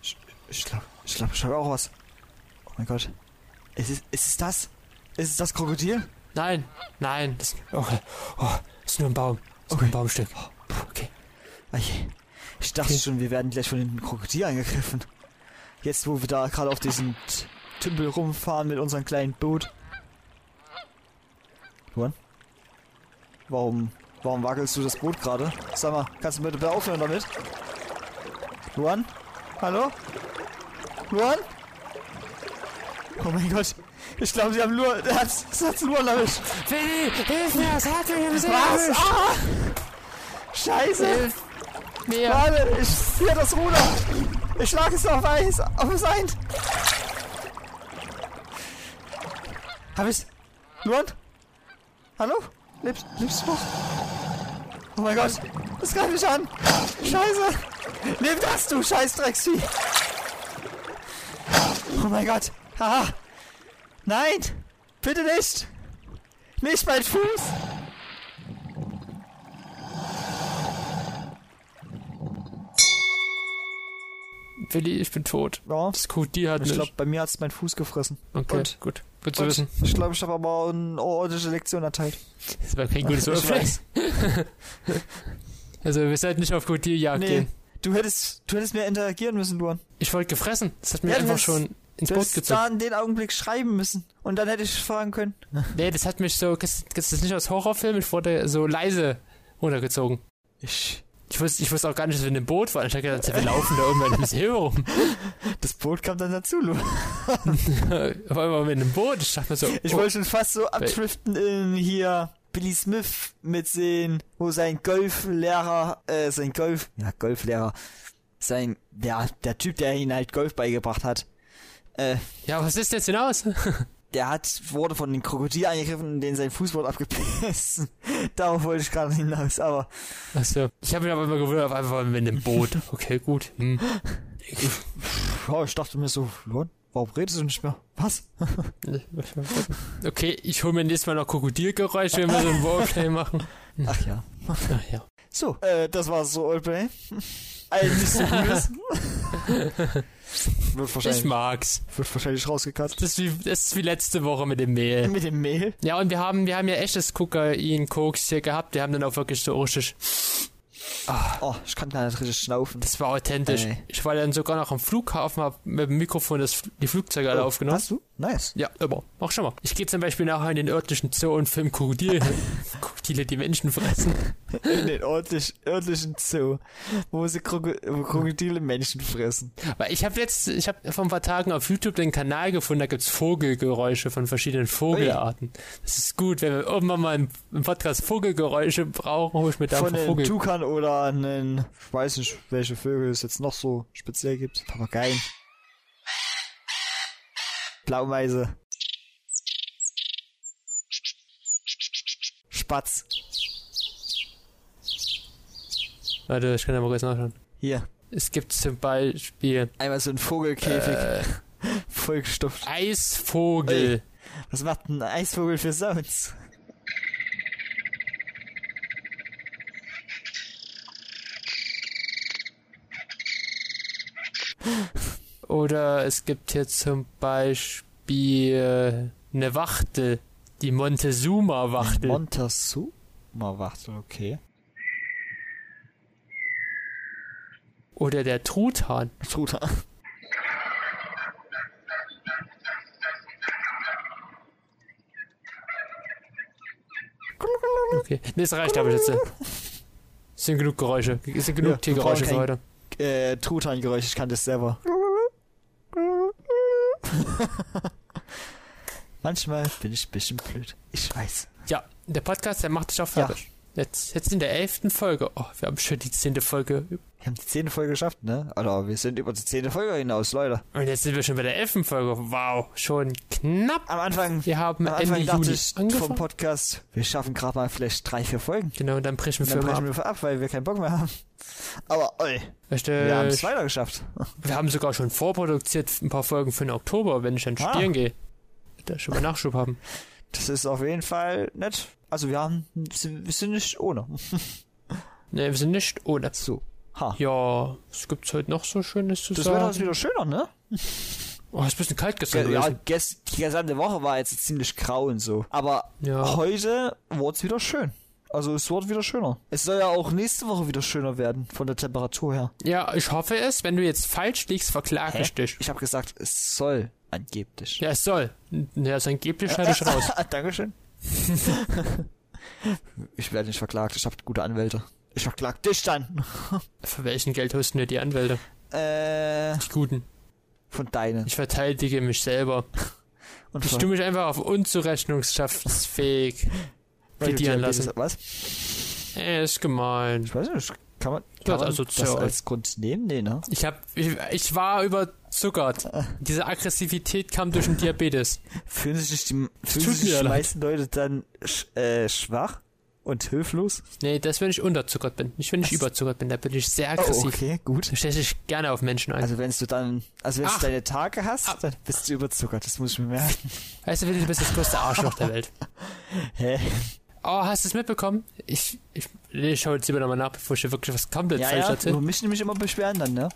Ich, ich glaube, ich glaube, ich höre auch was. Oh mein Gott. Ist es, ist es das? Ist es das Krokodil? Nein, nein. Das, oh, oh, ist nur ein Baum. Ist nur Okay. ein Baumstück. Puh, okay. Ah je. Ich dachte Okay. schon, wir werden gleich von den Krokodilen angegriffen. Jetzt, wo wir da gerade auf diesem T- Tümpel rumfahren mit unserem kleinen Boot. Juan? Warum, warum wackelst du das Boot gerade? Sag mal, kannst du bitte bitte aufhören damit? Juan? Hallo? Luan? Oh mein Gott. Ich glaube, sie haben Luan. Er hat's, es hat's Luan erwischt. Willi, hilf mir, das hat mich im See Was? erwischt. Ah! Scheiße! Hilf mir. Warte, ich ziehe das Ruder. Ich schlage es auf Eis, auf es ein. Hab ich's? Luan? Hallo? Lebst, lebst du noch? Oh mein Gott, das greift mich an. Scheiße. Nimm das, du scheiß Drecksvieh. Oh mein Gott. Haha. Nein, bitte nicht. Nicht mein Fuß. Willi, ich bin tot. Ja, Das Krokodil hat ich mich. glaube, bei mir hat's mein Fuß gefressen. okay, und- gut. Gut zu Und wissen. Ich glaube, ich habe aber auch eine ordentliche Lektion erteilt. Das war kein gutes Ich Urteil. weiß. Also, wir sollten nicht auf Krokodiljagd Nee, gehen. du hättest, du hättest mehr interagieren müssen, Luan. Ich wollte gefressen. Das hat mich Ja, einfach das- schon ins Du Boot hättest gezogen. da in den Augenblick schreiben müssen. Und dann hätte ich fragen können. Nee, das hat mich so. Das das ist nicht aus Horrorfilm, ich wurde so leise runtergezogen. Ich, Ich wusste, ich wusste auch gar nicht, dass wir in dem Boot waren. Ich hab gedacht, wir laufen da irgendwann im See rum. das Boot kam dann dazu, Luan. Auf einmal mit einem Boot. Ich dachte mir so, Ich oh, wollte schon fast so abdriften in hier Billy Smith mitsehen, wo sein Golflehrer, äh, sein Golf, ja, Golflehrer, sein, ja, der Typ, der ihn halt Golf beigebracht hat, äh, oh, ja, was ist jetzt hinaus? der hat, wurde von den Krokodil angegriffen und denen sein Fuß wurde abgebissen. Darauf wollte ich gerade hinaus, aber Achso. Ich habe mich aber immer gewundert, auf einmal waren wir in dem Boot. Okay, gut. Hm. Ja, ich dachte mir so, Luan, warum redest du nicht mehr? Was? Okay, ich hole mir nächstes Mal noch Krokodilgeräusche, wenn wir so ein Warplay machen. Ach ja. Ach ja. So, äh, das war so Oldplay. Eigentlich nicht so gutes. wird, Ich wahrscheinlich, mag's. wird wahrscheinlich rausgekatzt. Das ist, wie, das ist wie letzte Woche mit dem Mehl. Äh. Mit dem Mehl. Ja, und wir haben, wir haben ja echtes Kokain-Koks hier gehabt. Wir haben dann auch wirklich so richtig. Oh, ich kann gar nicht richtig schnaufen. Das war authentisch. Ey. Ich war dann sogar noch am Flughafen, hab mit dem Mikrofon das, die Flugzeuge alle Oh, aufgenommen. Hast du? Nice. Ja, aber mach schon mal. Ich gehe zum Beispiel nachher in den örtlichen Zoo und film Krokodile. Krokodile, die Menschen fressen. In den örtlich, örtlichen Zoo, wo sie Kroko wo Krokodile Menschen fressen. Weil ich habe jetzt, ich habe vor ein paar Tagen auf YouTube den Kanal gefunden, da gibt's Vogelgeräusche von verschiedenen Vogelarten. Das ist gut, wenn wir irgendwann mal im, im Podcast Vogelgeräusche brauchen, hol ich mir da Von ein paar einem Vogel. Tukan oder einen, ich weiß nicht, welche Vögel es jetzt noch so speziell gibt. Papageien. Blaumeise. Spatz. Warte, ich kann da mal kurz nachschauen. Hier, Es gibt zum Beispiel einmal so ein Vogelkäfig. äh, Vollgestopft. Eisvogel. Was macht ein Eisvogel für Sounds? Oder es gibt hier zum Beispiel äh, eine Wachtel, die Montezuma-Wachtel. Montezuma-Wachtel, okay. Oder der Truthahn. Truthahn. okay. Nee, es reicht aber jetzt. Es sind genug Geräusche. Es sind genug Ja, wir Tiergeräusche brauchen für heute. Äh, Truthahn-Geräusch, ich kann das selber. Manchmal bin ich ein bisschen blöd. Ich weiß. Ja, der Podcast, der macht dich auch Ja. fertig. Jetzt, jetzt in der elften Folge. Oh, wir haben schon die zehnte Folge. Wir haben die zehnte Folge geschafft, ne? Oder wir sind über die zehnte Folge hinaus, Leute. Und jetzt sind wir schon bei der elften Folge. Wow, schon knapp. Am Anfang, Wir haben am Ende Anfang dachte Juli ich vom angefangen. Podcast, wir schaffen gerade mal vielleicht drei, vier Folgen. Genau, und dann brechen Und wir dann Firma brechen ab. wir ab, weil wir keinen Bock mehr haben. Aber oi, Richtig. wir haben es weiter geschafft. Wir haben sogar schon vorproduziert ein paar Folgen für den Oktober, wenn ich dann Ah. studieren gehe. Da schon mal Nachschub haben. Das ist auf jeden Fall nett. Also wir haben, wir sind nicht ohne. Ne, wir sind nicht ohne. So. Ha. Ja, was gibt's heute noch so Schönes zu Das Wetter ist sagen? wieder schöner, ne? Oh, ist ein bisschen kalt Ge- gestern. Ja, gewesen. ges- die gesamte Woche war jetzt ziemlich grau und so. Aber ja. heute wurde es wieder schön. Also es wurde wieder schöner. Es soll ja auch nächste Woche wieder schöner werden, von der Temperatur her. ja, ich hoffe es. Wenn du jetzt falsch liegst, verklage ich dich. Ich habe gesagt, es soll angeblich. Ah, Ja, es soll. Ja, ist angeblich schneide ich raus. Dankeschön. ich werde nicht verklagt, ich habe gute Anwälte. Ich verklag dich dann. Für welchen Geld hosten dir die Anwälte? Äh, Die guten. von deinen. Ich verteidige mich selber. Und Ich von- tue mich einfach auf unzurechnungsschaftsfähig plädieren lassen. Was? Ey, ist gemein. Ich weiß nicht, kann man, Ja, kann man also das zur- als Grund nehmen? Nee, ne? Ich hab, ich, ich war überzuckert. Ah. Diese Aggressivität kam durch den Diabetes. Fühlen sich nicht die, fühlen tut sich nicht mir die leid. meisten Leute dann sch, äh, schwach und hilflos? Nee, das, wenn ich unterzuckert bin. Nicht, wenn ich Was? überzuckert bin. Da bin ich sehr Oh, aggressiv. okay, gut. Da stelle ich gerne auf Menschen ein. Also wenn du dann, also wenn du Ach. deine Tage hast, Ah. dann bist du überzuckert, das muss ich mir merken. Weißt du, Willi, du bist das größte Arschloch der Welt. Hä? Oh, hast du es mitbekommen? Ich, ich, nee, ich schau jetzt lieber nochmal nach, bevor ich hier wirklich was komplett Ja, falsch ja, hatte. über mich nämlich immer beschweren dann, ne?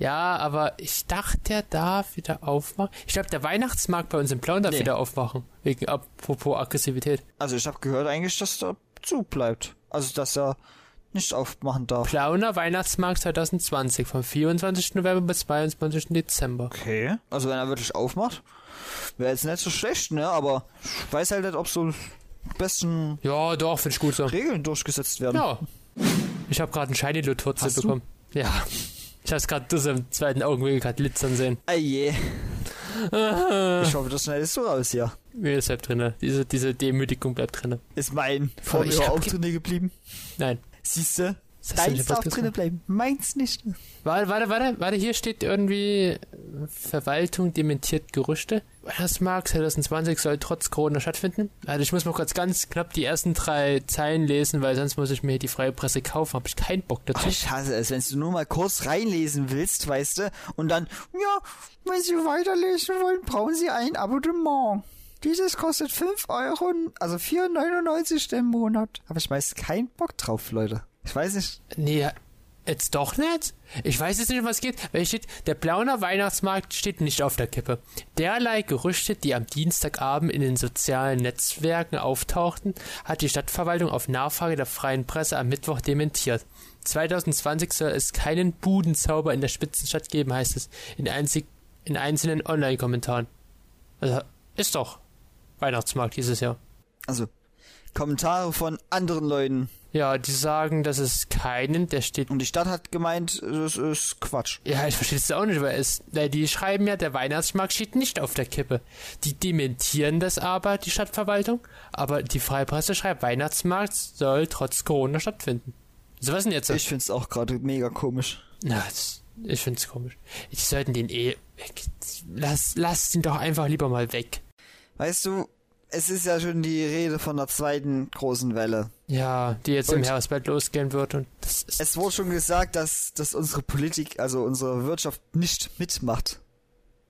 Ja, aber ich dachte, der darf wieder aufmachen. Ich glaube, der Weihnachtsmarkt bei uns im Plauen darf Nee. wieder aufmachen. Wegen apropos Aggressivität. Also ich habe gehört eigentlich, dass er zu bleibt. Also dass er nicht aufmachen darf. Plauner Weihnachtsmarkt 2020 vom 24. November bis 22. Dezember. Okay. Also wenn er wirklich aufmacht, wäre jetzt nicht so schlecht, ne? Aber ich weiß halt nicht, ob so besten Ja, doch, finde ich gut so. Regeln durchgesetzt werden. Ja. Ich habe gerade einen shiny Luturze Hast du? bekommen. Ja. Ich hab's gerade das im zweiten Augenwinkel gerade litzern sehen. Ah je. Ich hoffe, das schneidest du raus hier. Mir ist halt drinne. Diese, diese Demütigung bleibt drinne. Ist mein Form ich hab auch ge- drinne geblieben. Nein. Siehste? Das hast du Deins nicht darf rausgesucht. drinne bleiben, meins nicht. Warte, warte, warte, warte, hier steht irgendwie äh, Verwaltung dementiert Gerüchte. Weihnachtsmarkt 2020 soll trotz Corona stattfinden. Also ich muss mal kurz ganz knapp die ersten drei Zeilen lesen, weil sonst muss ich mir hier die freie Presse kaufen. Hab ich keinen Bock Ach, dazu. ich hasse es, wenn du nur mal kurz reinlesen willst, weißt du, und dann, ja, wenn Sie weiterlesen wollen, brauchen Sie ein Abonnement. Dieses kostet 5 Euro, also 4,99 im Monat. Habe ich meist keinen Bock drauf, Leute. Ich weiß nicht. Nee, jetzt doch nicht? Ich weiß jetzt nicht, um was es geht. Weil hier steht, der Plauner Weihnachtsmarkt steht nicht auf der Kippe. Derlei Gerüchte, die am Dienstagabend in den sozialen Netzwerken auftauchten, hat die Stadtverwaltung auf Nachfrage der freien Presse am Mittwoch dementiert. 2020 soll es keinen Budenzauber in der Spitzenstadt geben, heißt es in, einzig, in einzelnen Online-Kommentaren. Also, ist doch Weihnachtsmarkt dieses Jahr. Also, Kommentare von anderen Leuten. Ja, die sagen, dass es keinen, der steht Und die Stadt hat gemeint, das ist Quatsch. Ja, ich verstehe es auch nicht, weil es, weil die schreiben ja, der Weihnachtsmarkt steht nicht auf der Kippe. Die dementieren das aber, die Stadtverwaltung, aber die Freie Presse schreibt, Weihnachtsmarkt soll trotz Corona stattfinden. So was denn jetzt? Ich find's auch gerade mega komisch. Na, das, ich find's komisch. Die sollten den eh weg. Lass, lass ihn doch einfach lieber mal weg. Weißt du, es ist ja schon die Rede von der zweiten großen Welle. Ja, die jetzt im Und- Herbst bald losgehen wird und das ist. Es wurde schon gesagt, dass, dass unsere Politik, also unsere Wirtschaft nicht mitmacht.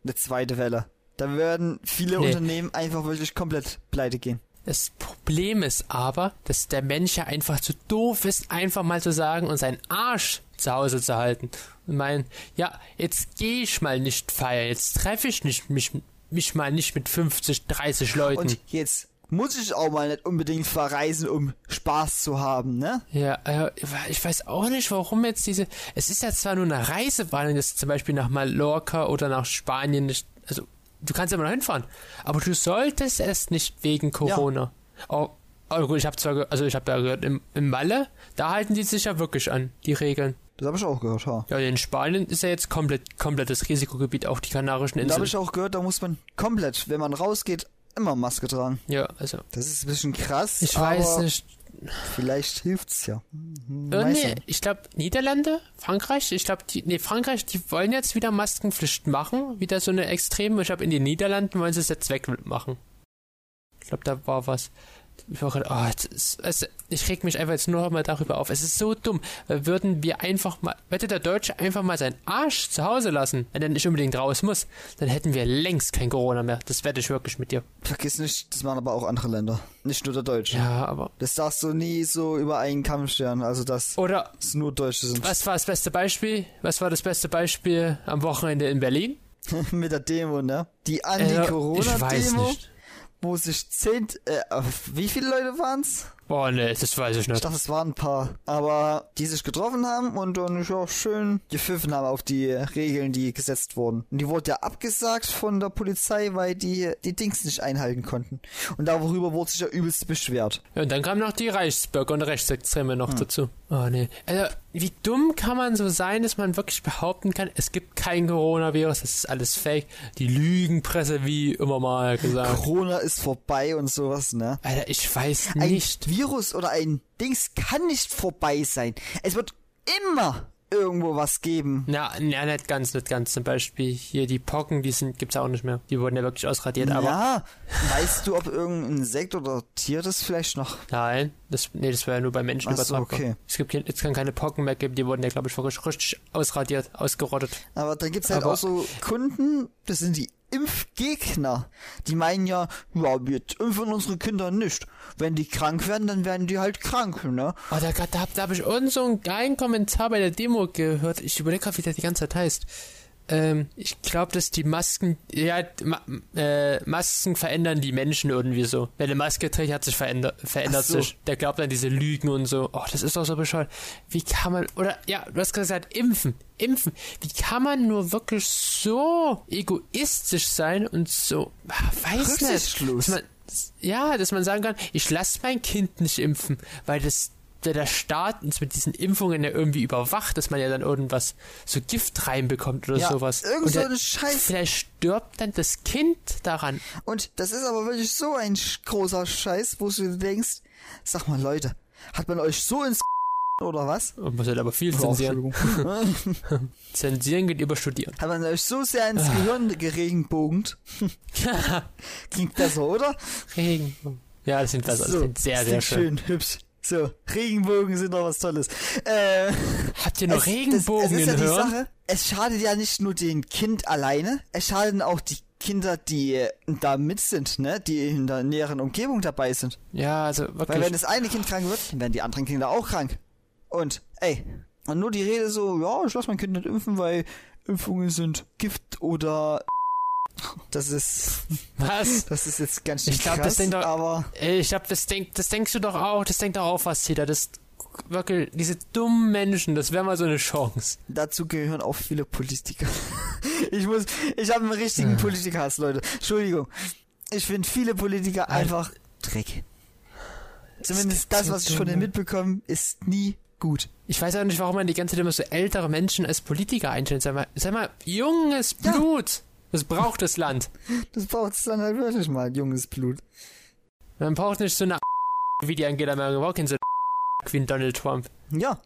Eine zweite Welle. Da werden viele Nee. Unternehmen einfach wirklich komplett pleite gehen. Das Problem ist aber, dass der Mensch ja einfach zu doof ist, einfach mal zu sagen und seinen Arsch zu Hause zu halten. Und meinen, ja, jetzt gehe ich mal nicht feiern, jetzt treffe ich nicht, mich, mich mal nicht mit 50, 30 Leuten. Und jetzt muss ich auch mal nicht unbedingt verreisen, um Spaß zu haben, ne? ja, äh, ich weiß auch nicht, warum jetzt diese. Es ist ja zwar nur eine Reisewarnung, dass zum Beispiel nach Mallorca oder nach Spanien nicht. Also, du kannst ja immer noch hinfahren, aber du solltest es nicht wegen Corona. Au- Aber gut, ich habe zwar, ge- also ich habe da gehört, im, im Malle, da halten die sich ja wirklich an, die Regeln. Das habe ich auch gehört, ha. Ja, in Spanien ist ja jetzt komplett, komplettes Risikogebiet, auch die Kanarischen Da habe Inseln. ich auch gehört, da muss man komplett, wenn man rausgeht, immer Maske tragen. Ja, also, Das ist ein bisschen krass, ich aber weiß nicht. vielleicht hilft's ja. Äh, Weiß nee, nicht. ich glaube, Niederlande, Frankreich, ich glaube, die, nee, Frankreich, die wollen jetzt wieder Maskenpflicht machen, wieder so eine extreme, ich glaube, in den Niederlanden wollen sie es jetzt wegmachen. Ich glaube, da war was. Ich war grad, oh, jetzt ist, es, ich reg mich einfach jetzt nur noch mal darüber auf. Es ist so dumm. Weil Würden wir einfach mal, hätte der Deutsche einfach mal seinen Arsch zu Hause lassen, wenn er nicht unbedingt raus muss, dann hätten wir längst kein Corona mehr. Das wette ich wirklich mit dir. Vergiss nicht, das machen aber auch andere Länder. Nicht nur der Deutsche. Ja, aber. Das darfst du nie so über einen Kamm scheren, also dass Oder es nur Deutsche sind. Oh. was war das beste Beispiel? Was war das beste Beispiel am Wochenende in Berlin? Mit der Demo, ne? Die Äh, ich weiß Anti-Corona-Demo, nicht. wo sich zehn, äh, wie viele Leute waren's? Boah, nee, das weiß ich Ich nicht. dachte, es waren ein paar. Aber die sich getroffen haben und dann ja schön gepfiffen haben auf die Regeln, die gesetzt wurden. Und die wurde ja abgesagt von der Polizei, weil die die Dings nicht einhalten konnten. Und darüber wurde sich ja übelst beschwert. Ja, und dann kamen noch die Reichsbürger und Rechtsextreme Hm. noch dazu. Oh, nee. Also, wie dumm kann man so sein, dass man wirklich behaupten kann, es gibt kein Coronavirus, das ist alles fake. Die Lügenpresse, wie immer mal gesagt. Corona ist vorbei und sowas, ne? Alter, ich weiß Ein nicht. Virus oder ein Dings kann nicht vorbei sein. Es wird immer irgendwo was geben. Na, na, nicht ganz, nicht ganz. Zum Beispiel hier die Pocken, die sind, gibt's auch nicht mehr. Die wurden ja wirklich ausradiert, aber ja, weißt du, ob irgendein Insekt oder Tier das vielleicht noch nein, das, nee, das war ja nur bei Menschen Ach so, übertragbar. okay. Es gibt, kein- es kann keine Pocken mehr geben, die wurden ja, glaube ich, wirklich richtig ausradiert, ausgerottet. Aber dann gibt's halt Aber- auch so Kunden, das sind die Impfgegner. Die meinen ja, ja, wir impfen unsere Kinder nicht. Wenn die krank werden, dann werden die halt krank, ne? Oh, da, da, hab- da habe ich irgend so einen geilen Kommentar bei der Demo gehört. Ich überlege gerade, wie der die ganze Zeit heißt. Ähm, ich glaube, dass die Masken, ja, ma, äh, Masken verändern die Menschen irgendwie so. Wer eine Maske trägt, hat sich verändert, verändert Ach so. sich. Der glaubt an diese Lügen und so. Oh, das ist doch so bescheuert. Wie kann man, oder, ja, du hast gesagt, impfen, impfen. Wie kann man nur wirklich so egoistisch sein und so, ah, weiß nicht. Rücksichtslos. Dass man, ja, dass man sagen kann, ich lasse mein Kind nicht impfen, weil das der, der Staat uns mit diesen Impfungen ja irgendwie überwacht, dass man ja dann irgendwas so Gift reinbekommt oder Ja, sowas. irgend Und so der- ein Scheiß. Vielleicht stirbt dann das Kind daran. Und das ist aber wirklich so ein sch- großer Scheiß, wo du dir denkst, sag mal Leute, hat man euch so ins oder was? Und man soll aber viel zensieren. Zensieren geht über Studieren. Hat man euch so sehr ins Gehirn geregenbogend? Klingt besser, oder? Regen. Ja, das sind besser. Das so, sind sehr, das sehr klingt schön. schön. Hübsch. So, Regenbogen sind doch was Tolles. Äh, Habt ihr noch Es- Regenbogen das, es ist ja in die Hirn? Sache, es schadet ja nicht nur den Kind alleine, es schaden auch die Kinder, die äh, da mit sind, ne? Die in der näheren Umgebung dabei sind. Ja, also Weil wenn wirklich. das eine Kind krank wird, dann werden die anderen Kinder auch krank. Und, ey, und nur die Rede so, ja, ich lass mein Kind nicht impfen, weil Impfungen sind Gift oder das ist, Was? das ist jetzt ganz schön Ich glaub, das krass, sind doch- aber Ey, Ich hab das denk, das denkst du doch auch, das denkt doch auch was jeder. Das wirklich, diese dummen Menschen, das wäre mal so eine Chance. dazu gehören auch viele Politiker. ich muss, ich habe einen richtigen Politikerhass, Leute. Entschuldigung. Ich finde viele Politiker Alter. einfach Dreck. gibt Zumindest das, so was ich von denen dumme- mitbekomme, ist nie gut. Ich weiß auch nicht, warum man die ganze Zeit immer so ältere Menschen als Politiker einstellt. Sag mal, sag mal junges Ja. Blut, das braucht das Land. Das braucht es dann halt wirklich mal, junges Blut. Man braucht nicht so eine wie die Angela Merkel, man braucht keine so eine wie ein Donald Trump. Ja.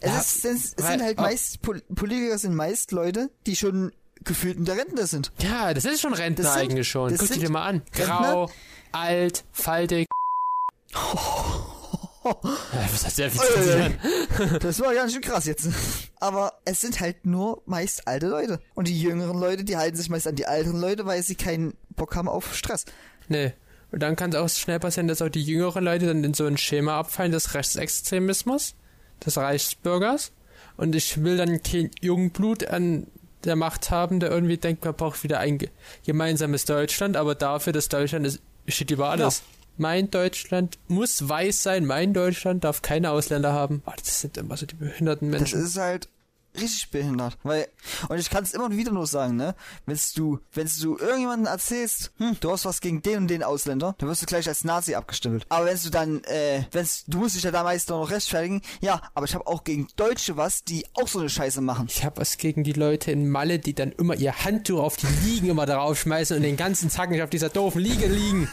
Es, Ja, ist, es, es weil- sind halt oh. meist, Pol Politiker sind meist Leute, die schon gefühlt in der Rente sind. Ja, das ist schon Rentner Das sind- eigentlich schon. das Guck dir sind die mal an. Rentner? Grau, alt, faltig. Ja, Das hat sehr viel zu sagen. Das war ganz schön krass jetzt. Aber es sind halt nur meist alte Leute. Und die jüngeren Leute, die halten sich meist an die älteren Leute, weil sie keinen Bock haben auf Stress. Nee. Und dann kann es auch schnell passieren, dass auch die jüngeren Leute dann in so ein Schema abfallen des Rechtsextremismus, des Reichsbürgers. Und ich will dann kein Jungblut an der Macht haben, der irgendwie denkt, man braucht wieder ein ge- gemeinsames Deutschland, aber dafür, dass Deutschland ist, steht über alles. Mein Deutschland muss weiß sein, mein Deutschland darf keine Ausländer haben. Oh, das sind immer so die behinderten Das Menschen. ist halt richtig behindert. Weil, und ich kann es immer wieder nur sagen, ne? Wenn du, wenn du irgendjemandem erzählst, hm, du hast was gegen den und den Ausländer, dann wirst du gleich als Nazi abgestempelt. Aber wenn du dann, äh, wenn du musst dich ja da meist noch rechtfertigen, ja, aber ich habe auch gegen Deutsche was, die auch so eine Scheiße machen. Ich habe was gegen die Leute in Malle, die dann immer ihr Handtuch auf die Liegen immer draufschmeißen und den ganzen Tag nicht auf dieser doofen Liege liegen.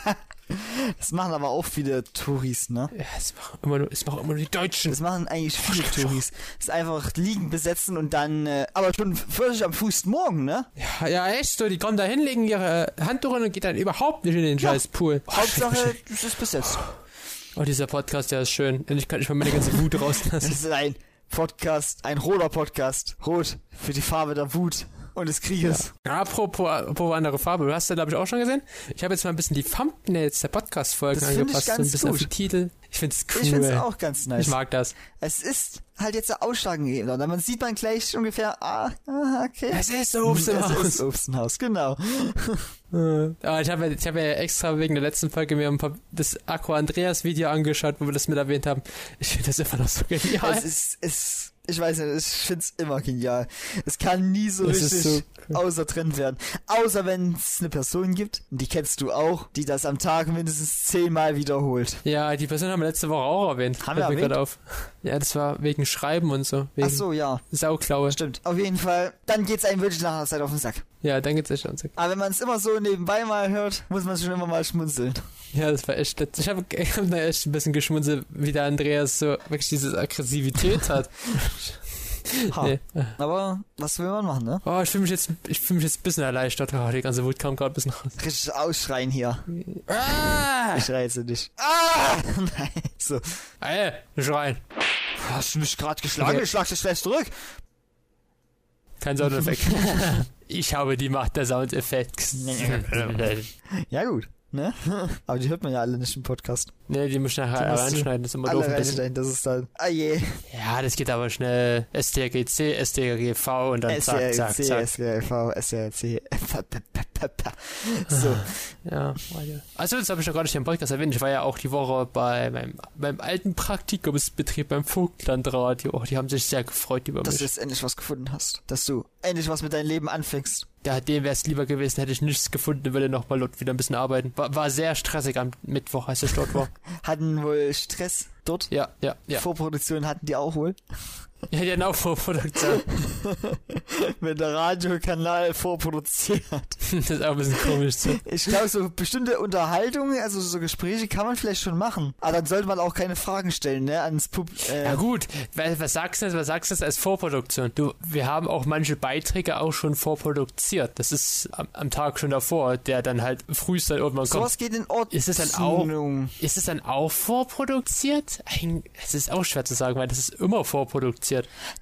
Das machen aber auch viele Touris, ne? Ja, das machen immer nur, das machen immer nur die Deutschen. Das machen eigentlich viele Touris. Das ist einfach liegen besetzen und dann, äh, aber schon völlig am Fuß morgen, ne? Ja, ja, echt so, die kommen da hin, legen ihre äh, Handtuch hin und geht dann überhaupt nicht in den scheiß Pool. Oh, Hauptsache, es ist besetzt. Oh, dieser Podcast, der ist schön. Endlich kann ich mal meine ganze Wut Das rauslassen. ist ein Podcast, ein roter Podcast. Rot für die Farbe der Wut und des Krieges. Apropos, apropos andere Farbe, du hast ja, glaube ich, auch schon gesehen. Ich habe jetzt mal ein bisschen die Thumbnails der Podcast-Folgen Das find ich angepasst, so ein ganz bisschen auf gut. den Titel. Ich find's cool. Ich find's auch ganz nice. Ich mag das. Es ist halt jetzt der ausschlaggebend. Und dann sieht man gleich ungefähr, ah, ah, okay. Es ist so Obst im Es Haus. ist Obstenhaus, genau. Aber Ah, ich habe ich hab ja extra wegen der letzten Folge mir ein paar, das Aqua Andreas Video angeschaut, wo wir das mit erwähnt haben. Ich finde das immer noch so genial. Es ist, es, ich weiß nicht, ich find's immer genial. Es kann nie so Es ist richtig außer drin werden. Außer wenn es eine Person gibt, die kennst du auch, die das am Tag mindestens zehnmal wiederholt. Ja, die Person haben wir letzte Woche auch erwähnt. Haben wir Fällt erwähnt? mir gerade auf. Ja, das war wegen Schreiben und so. Wegen Ach so, ja. Sauklaue. Stimmt. Auf jeden Fall. Dann geht's einem wirklich nach einer Zeit auf den Sack. Ja, dann geht's echt ans. Aber wenn man es immer so nebenbei mal hört, muss man schon immer mal schmunzeln. Ja, das war echt. Ich habe ich hab da echt ein bisschen geschmunzelt, wie der Andreas so wirklich diese Aggressivität hat. Ha. Nee. Aber was will man machen, ne? Oh, ich fühle mich jetzt, ich fühle mich jetzt ein bisschen erleichtert. Oh, die ganze Wut kam gerade ein bisschen raus. Richtig ausschreien hier. Ah! Ich schreie jetzt nicht. Ah! Nein. So. Ey, schreien. Hast du mich gerade geschlagen? Okay. Ich schlag dich gleich zurück. Kein Soundeffekt. ich habe die Macht der Soundeffekte. Ja, gut. Ne? Aber die hört man ja alle nicht im Podcast. ne, die muss ich nachher Die musst du reinschneiden, das ist immer alle doof ein bisschen. reinstellen, das ist dann. Ah je. Ja, das geht aber schnell. STRGC, STRGV und dann zack, zack, Ah, SRC, zack. SRV, SRC. So. Ja, weiter. Also, das habe ich noch gar nicht im Podcast erwähnt. Ich war ja auch die Woche bei meinem, meinem alten Praktikumsbetrieb beim Vogtlandradio. Oh, die haben sich sehr gefreut über Dass mich. du jetzt endlich was gefunden hast. Dass du endlich was mit deinem Leben anfängst. Ja, dem wäre es lieber gewesen, hätte ich nichts gefunden, würde nochmal dort wieder ein bisschen arbeiten. War, war sehr stressig am Mittwoch, als ich dort war. Hatten wohl Stress dort. Ja, ja, ja. Vorproduktion hatten die auch wohl. Ja, die hatten auch Vorproduktion. Wenn der Radiokanal vorproduziert. das ist auch ein bisschen komisch. So. Ich glaube, so bestimmte Unterhaltungen, also so Gespräche kann man vielleicht schon machen. Aber dann sollte man auch keine Fragen stellen, ne? Ans Pub. Äh, Ja gut, weil, was sagst du jetzt, was sagst du jetzt als Vorproduktion? Du, wir haben auch manche Beiträge auch schon vorproduziert. Das ist am, am Tag schon davor, der dann halt frühst dann irgendwann kommt. sowas geht in Ordnung. Ist es dann auch- Ist es dann auch vorproduziert? Ein- Es ist auch schwer zu sagen, weil das ist immer vorproduziert.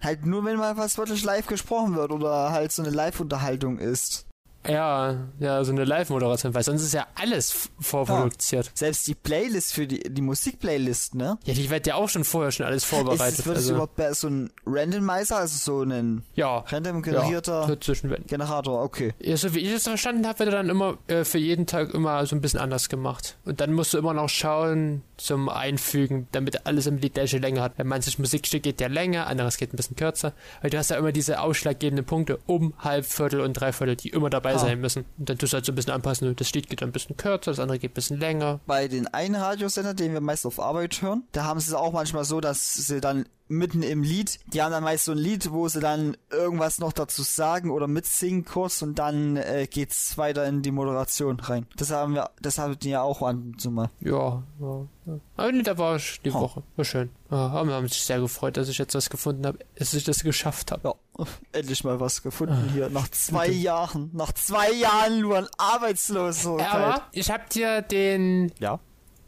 Halt nur, wenn mal was wirklich live gesprochen wird oder halt so eine Live-Unterhaltung ist. Ja, ja, so eine Live-Moderation, weil sonst ist ja alles f- vorproduziert. Selbst die Playlist für die, die Musik-Playlist, ne? Ja, die wird ja auch schon vorher schon alles Ist vorbereitet. es wirklich also, überhaupt bei so ein Randomizer, also so ein ja, random ja, generierter dazwischen werden. Generator, okay. Ja, so wie ich das verstanden habe, wird er dann immer äh, für jeden Tag immer so ein bisschen anders gemacht. Und dann musst du immer noch schauen zum Einfügen, damit alles immer die gleiche Länge hat. Weil manches Musikstück geht ja länger, anderes geht ein bisschen kürzer. Weil du hast ja immer diese ausschlaggebenden Punkte um Halb, Viertel und Dreiviertel, die immer dabei Ah. sein müssen. Und dann tust du halt so ein bisschen anpassen. Und Das Lied geht dann ein bisschen kürzer, das andere geht ein bisschen länger. Bei den einen Radiosender, den wir meist auf Arbeit hören, da haben sie es auch manchmal so, dass sie dann mitten im Lied, die haben dann meist so ein Lied, wo sie dann irgendwas noch dazu sagen oder mitsingen kurz und dann äh, geht's weiter in die Moderation rein. Das haben wir, das haben die ja auch an so mal. Ja, ja, ja. Aber nee, da war ich die Ha. Woche. War schön. Ja, aber wir haben sich sehr gefreut, dass ich jetzt was gefunden habe, dass ich das geschafft habe. Ja, endlich mal was gefunden hier. Nach zwei Jahren, nach zwei Jahren nur an Arbeitslosigkeit. Aber ich habe dir den Ja,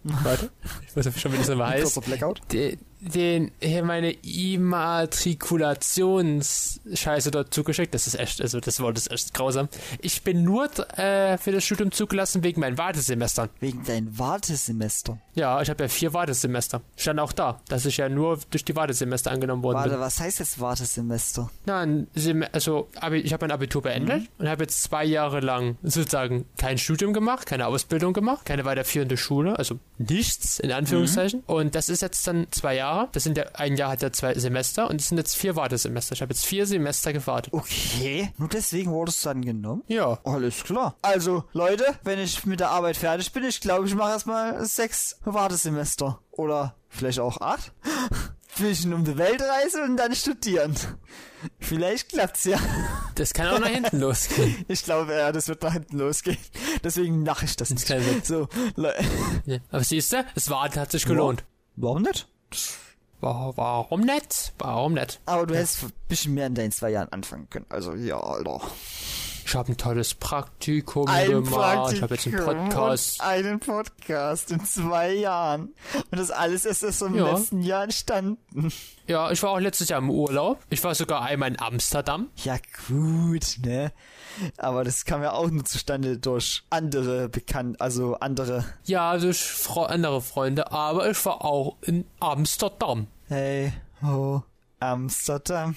Warte. Ich weiß schon, wie das immer ein heißt. kurzer Blackout. Den, den hier meine Immatrikulationsscheiße dort zugeschickt. Das ist echt, also das Wort ist echt grausam. Ich bin nur äh, für das Studium zugelassen wegen meinen Wartesemestern. Wegen deinem Wartesemester. Ja, ich habe ja vier Wartesemester. Stand auch da, dass ich ja nur durch die Wartesemester angenommen worden Warte, bin. was heißt jetzt Wartesemester? Nein, Sem- also Abi, ich habe mein Abitur Mhm. beendet und habe jetzt zwei Jahre lang sozusagen kein Studium gemacht, keine Mhm. Ausbildung gemacht, keine weiterführende Schule, also nichts in Anführungszeichen. Und das ist jetzt dann zwei Jahre Jahre. Das sind ja, ein Jahr hat ja zwei Semester und es sind jetzt vier Wartesemester. Ich habe jetzt vier Semester gewartet. Okay. Nur deswegen wurdest du dann genommen? Ja. Alles klar. Also, Leute, wenn ich mit der Arbeit fertig bin, ich glaube, ich mache erstmal sechs Wartesemester. Oder vielleicht auch acht. Zwischen um die Weltreise und dann studieren. Vielleicht klappt's ja. Das kann auch nach hinten losgehen. Ich glaube, ja, das wird nach hinten losgehen. Deswegen mache ich das Das nicht. kann sein. So, Le Ja. Aber siehst du, das Warten hat sich gelohnt. Warum nicht? Wa- Warum nicht? Warum nicht? Aber du hättest ein bisschen mehr in deinen zwei Jahren anfangen können. Also, ja, Alter. Ich habe ein tolles Praktikum Ein gemacht. Ich habe jetzt einen Praktikum Podcast. Und einen Podcast in zwei Jahren. Und das alles ist erst im Ja. letzten Jahr entstanden. Ja, ich war auch letztes Jahr im Urlaub. Ich war sogar einmal in Amsterdam. Ja, gut, ne? Aber das kam ja auch nur zustande durch andere bekannt, also andere. Ja, durch Fre andere Freunde, aber ich war auch in Amsterdam. Hey, oh, Amsterdam.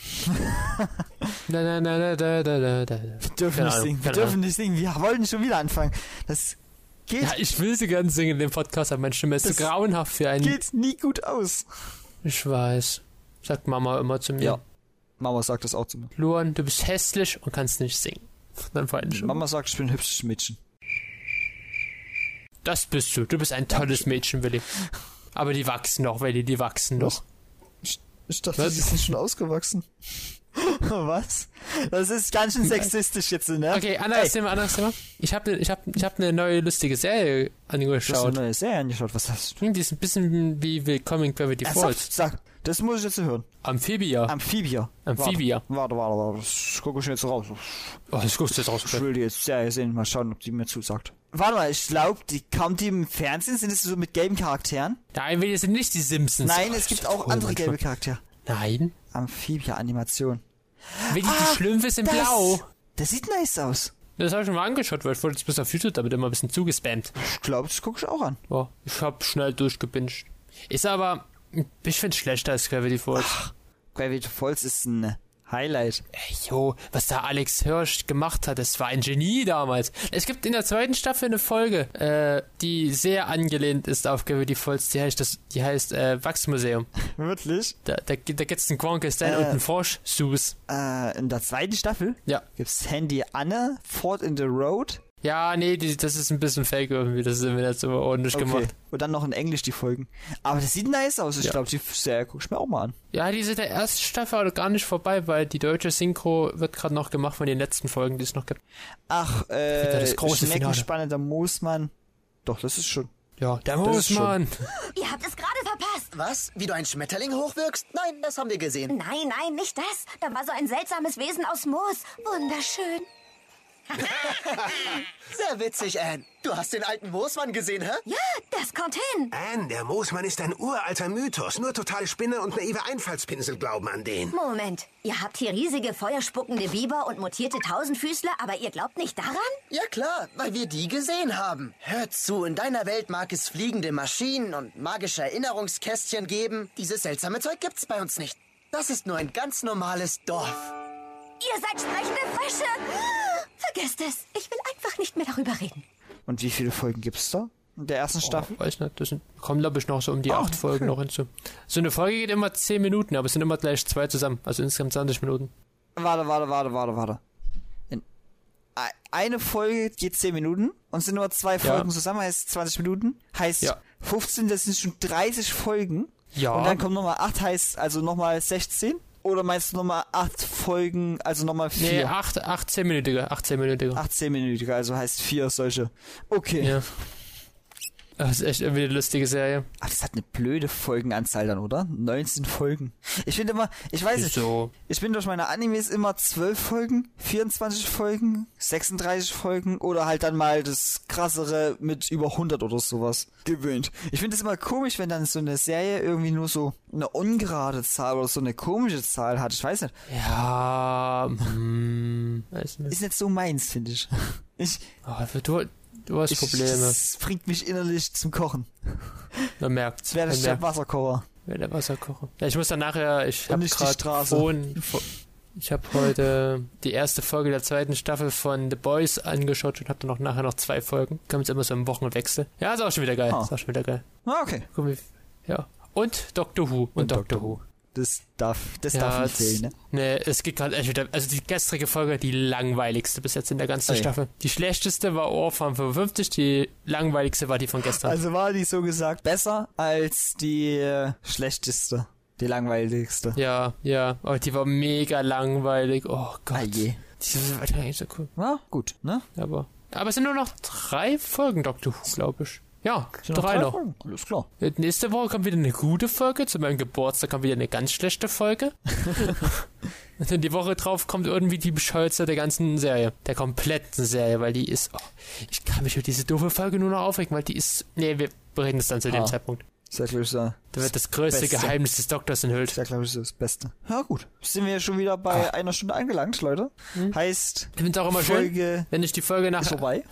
Na, na, na, na, da, da, da, da. Wir dürfen Keine nicht Ahnung, singen, wir keine dürfen nicht singen. Wir wollten schon wieder anfangen. Das geht, Ja, ich will sie gern singen in dem Podcast, aber meine Stimme ist Das so grauenhaft für einen. geht nie gut aus. Ich weiß. Sagt Mama immer zu mir. Ja. Mama sagt das auch zu mir. Luan, du bist hässlich und kannst nicht singen. Dann fallen schon. Mama sagt, ich bin ein hübsches Mädchen. Das bist du. Du bist ein tolles Mädchen, Willi. Aber die wachsen doch, Willi, die wachsen Was? doch. Ich dachte, Was? sie sind schon ausgewachsen. Was? Das ist ganz schön sexistisch jetzt, ne? Okay, anderes Ey. Thema, anderes Thema. Ich habe ich hab, ich hab eine neue lustige Du Serie hast eine angeschaut. neue Serie angeschaut, was hast du? Hm, Die ist ein bisschen wie Willkommen in Gravity Ernsthaft? Falls. Sag, das muss ich jetzt hören. Amphibia. Amphibia. Amphibia. Warte, warte, warte, das gucke ich mir jetzt raus. Oh, das guckst du jetzt raus. Ich will die jetzt Serie sehen, mal schauen, ob die mir zusagt. Warte mal, ich glaube, die kommt die im Fernsehen, sind es so mit gelben Charakteren? Nein, Willi, das sind nicht die Simpsons. Nein, Oh, es ich gibt dachte, auch oh, andere manchmal- gelbe Charaktere. Nein. Amphibia-Animation. Willi, Ah, die Schlümpfe sind das- blau. Das sieht nice aus. Das habe ich schon mal angeschaut, weil ich wurde jetzt bis auf YouTube damit immer ein bisschen zugespammt. Ich glaube, das gucke ich auch an. Oh, ich habe schnell durchgebinged. Ist aber, ich finde schlechter als Gravity Ah. Falls. Gravity Falls ist ein Highlight. Ey, jo, was da Alex Hirsch gemacht hat, das war ein Genie damals. Es gibt in der zweiten Staffel eine Folge, äh, die sehr angelehnt ist auf Gravity Falls. Die heißt, das, die heißt äh, Wachsmuseum. Wirklich? Da, da, da gibt's einen Quonkestein Äh. und einen Frosch. Süß. äh, in der zweiten Staffel Ja. gibt's Handy Anne, Ford in the Road. Ja, nee, die, das ist ein bisschen fake irgendwie. Das ist mir jetzt aber ordentlich gemacht. Und dann noch in Englisch die Folgen. Aber das sieht nice aus. Ich Ja. glaube, die Serie guck ich mir auch mal an. Ja, die sind der ersten Staffel aber gar nicht vorbei, weil die deutsche Synchro wird gerade noch gemacht von den letzten Folgen, die es noch gibt. Ach, Wieder äh, das große Finale. Schneckenspanne, Moosmann. Doch, das ist schon. Ja, der Das ist schon- Moosmann. Ihr habt es gerade verpasst. Was? Wie du einen Schmetterling hochwirkst? Nein, das haben wir gesehen. Nein, nein, nicht das. Da war so ein seltsames Wesen aus Moos. Wunderschön. Sehr witzig, Anne. Du hast den alten Moosmann gesehen, hä? Ja, das kommt hin. Ann, der Moosmann ist ein uralter Mythos. Nur totale Spinner und naive Einfallspinsel glauben an den. Moment, ihr habt hier riesige, feuerspuckende Biber und mutierte Tausendfüßler, aber ihr glaubt nicht daran? Ja klar, weil wir die gesehen haben. Hör zu, in deiner Welt mag es fliegende Maschinen und magische Erinnerungskästchen geben. Dieses seltsame Zeug gibt's bei uns nicht. Das ist nur ein ganz normales Dorf. Ihr seid sprechende Frösche. Vergesst es. Ich will einfach nicht mehr darüber reden. Und wie viele Folgen gibt's da? In der Oh. ersten Staffel? Weiß nicht, das sind, kommen glaube ich noch so um die Ah, acht Folgen noch hinzu. So eine Folge geht immer zehn Minuten, aber es sind immer gleich zwei zusammen, also insgesamt 20 Minuten. Warte, warte, warte, warte, warte. In e- eine Folge geht 10 Minuten und sind nur zwei Folgen zusammen, heißt 20 Minuten. Heißt Ja. 15, das sind schon 30 Folgen. Ja. Und dann kommen nochmal 8, heißt also nochmal 16? Oder meinst du nochmal 8 Folgen, also nochmal Nee, 4? acht, acht zehnminütige, acht zehnminütige. 18-minütige, also heißt 4 solche. Okay. Ja. Das ist echt irgendwie eine lustige Serie. Ach, Ah, das hat eine blöde Folgenanzahl dann, oder? 19 Folgen. Ich finde immer, ich weiß nicht, So. ich bin durch meine Animes immer 12 Folgen, 24 Folgen, 36 Folgen oder halt dann mal das krassere mit über 100 oder sowas gewöhnt. Ich finde es immer komisch, wenn dann so eine Serie irgendwie nur so eine ungerade Zahl oder so eine komische Zahl hat. Ich weiß nicht. Ja, hm, weiß nicht. Ist nicht so meins, finde ich. Ich, Oh, du, du hast ich Probleme. Das bringt mich innerlich zum Kochen. Man merkt's. Das wäre man das merkt's. der Wasserkocher. Ja, der Wasserkocher. Ja, ich muss dann nachher, ich Und habe nicht die gerade Straße. vorhin, vor- ich habe heute die erste Folge der zweiten Staffel von The Boys angeschaut und habe dann noch nachher noch zwei Folgen. Kommt jetzt immer so im Wochenwechsel. Ja, ist auch schon wieder geil. Ah. Ist auch schon wieder geil. Ah, okay. Guck mal, wie- ja. Und Doctor Who. Und, Doctor Who. Das darf, das darf nicht fehlen, ne? Nee, es geht gerade echt wieder. Also die gestrige Folge war die langweiligste bis jetzt in der ganzen Ey. Staffel. Die schlechteste war Ohrform 55, die langweiligste war die von gestern. Also war die so gesagt besser als die äh, schlechteste, die langweiligste. ja, ja. Aber die war mega langweilig. Oh Gott. Ah je. Die war eigentlich so cool. Na, gut, ne? Aber, aber es sind nur noch drei Folgen Doctor Who, glaube ich. Ja, drei noch. Fragen. Alles klar. Nächste Woche kommt wieder eine gute Folge. Zu meinem Geburtstag kommt wieder eine ganz schlechte Folge. Und dann die Woche drauf kommt irgendwie die bescheuertste der ganzen Serie. Der kompletten Serie, weil die ist. Oh, ich kann mich über diese doofe Folge nur noch aufregen, weil die ist. Nee, wir reden das dann zu dem Ah. Zeitpunkt. Das ist ja, glaube ich, so- Da wird das größte Beste. Geheimnis des Doktors das, enthüllt. ist ja, glaub ich so das Beste. Ja, gut. Sind wir schon wieder Ah. bei einer Stunde angelangt, Leute. Mhm. Heißt, Ich finde es auch immer schön. Folge Wenn ich die Folge ist nachher, vorbei.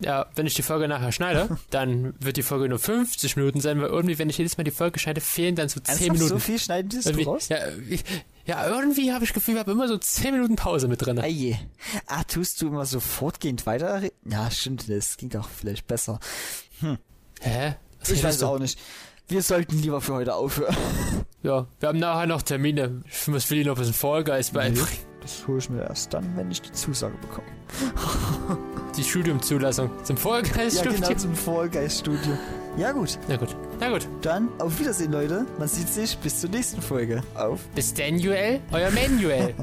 ja, wenn ich die Folge nachher schneide, dann wird die Folge nur 50 Minuten sein, weil irgendwie, wenn ich jedes Mal die Folge schneide, fehlen dann so 10 Ernsthaft? Minuten. So viel schneiden die das Irgendwie- raus? Ja, ich, ja, irgendwie habe ich Gefühl, wir haben immer so 10 Minuten Pause mit drin. Eie. Ah, tust du immer so fortgehend weiter? Ja, stimmt, das ging doch vielleicht besser. Hä? Ich Was redest weiß du? auch nicht. Wir sollten lieber für heute aufhören. Ja, wir haben nachher noch Termine. Ich muss Willi noch ein bisschen Fall Guys Mhm. beibringen. Das hole ich mir erst dann, wenn ich die Zusage bekomme. Die Studiumzulassung zum Fall Guys Ja, Studium. genau, zum Vollgeist-Studio. Ja, gut. Na gut. Na gut. Dann auf Wiedersehen, Leute. Man sieht sich bis zur nächsten Folge. Auf Bis Daniel, euer Manuel.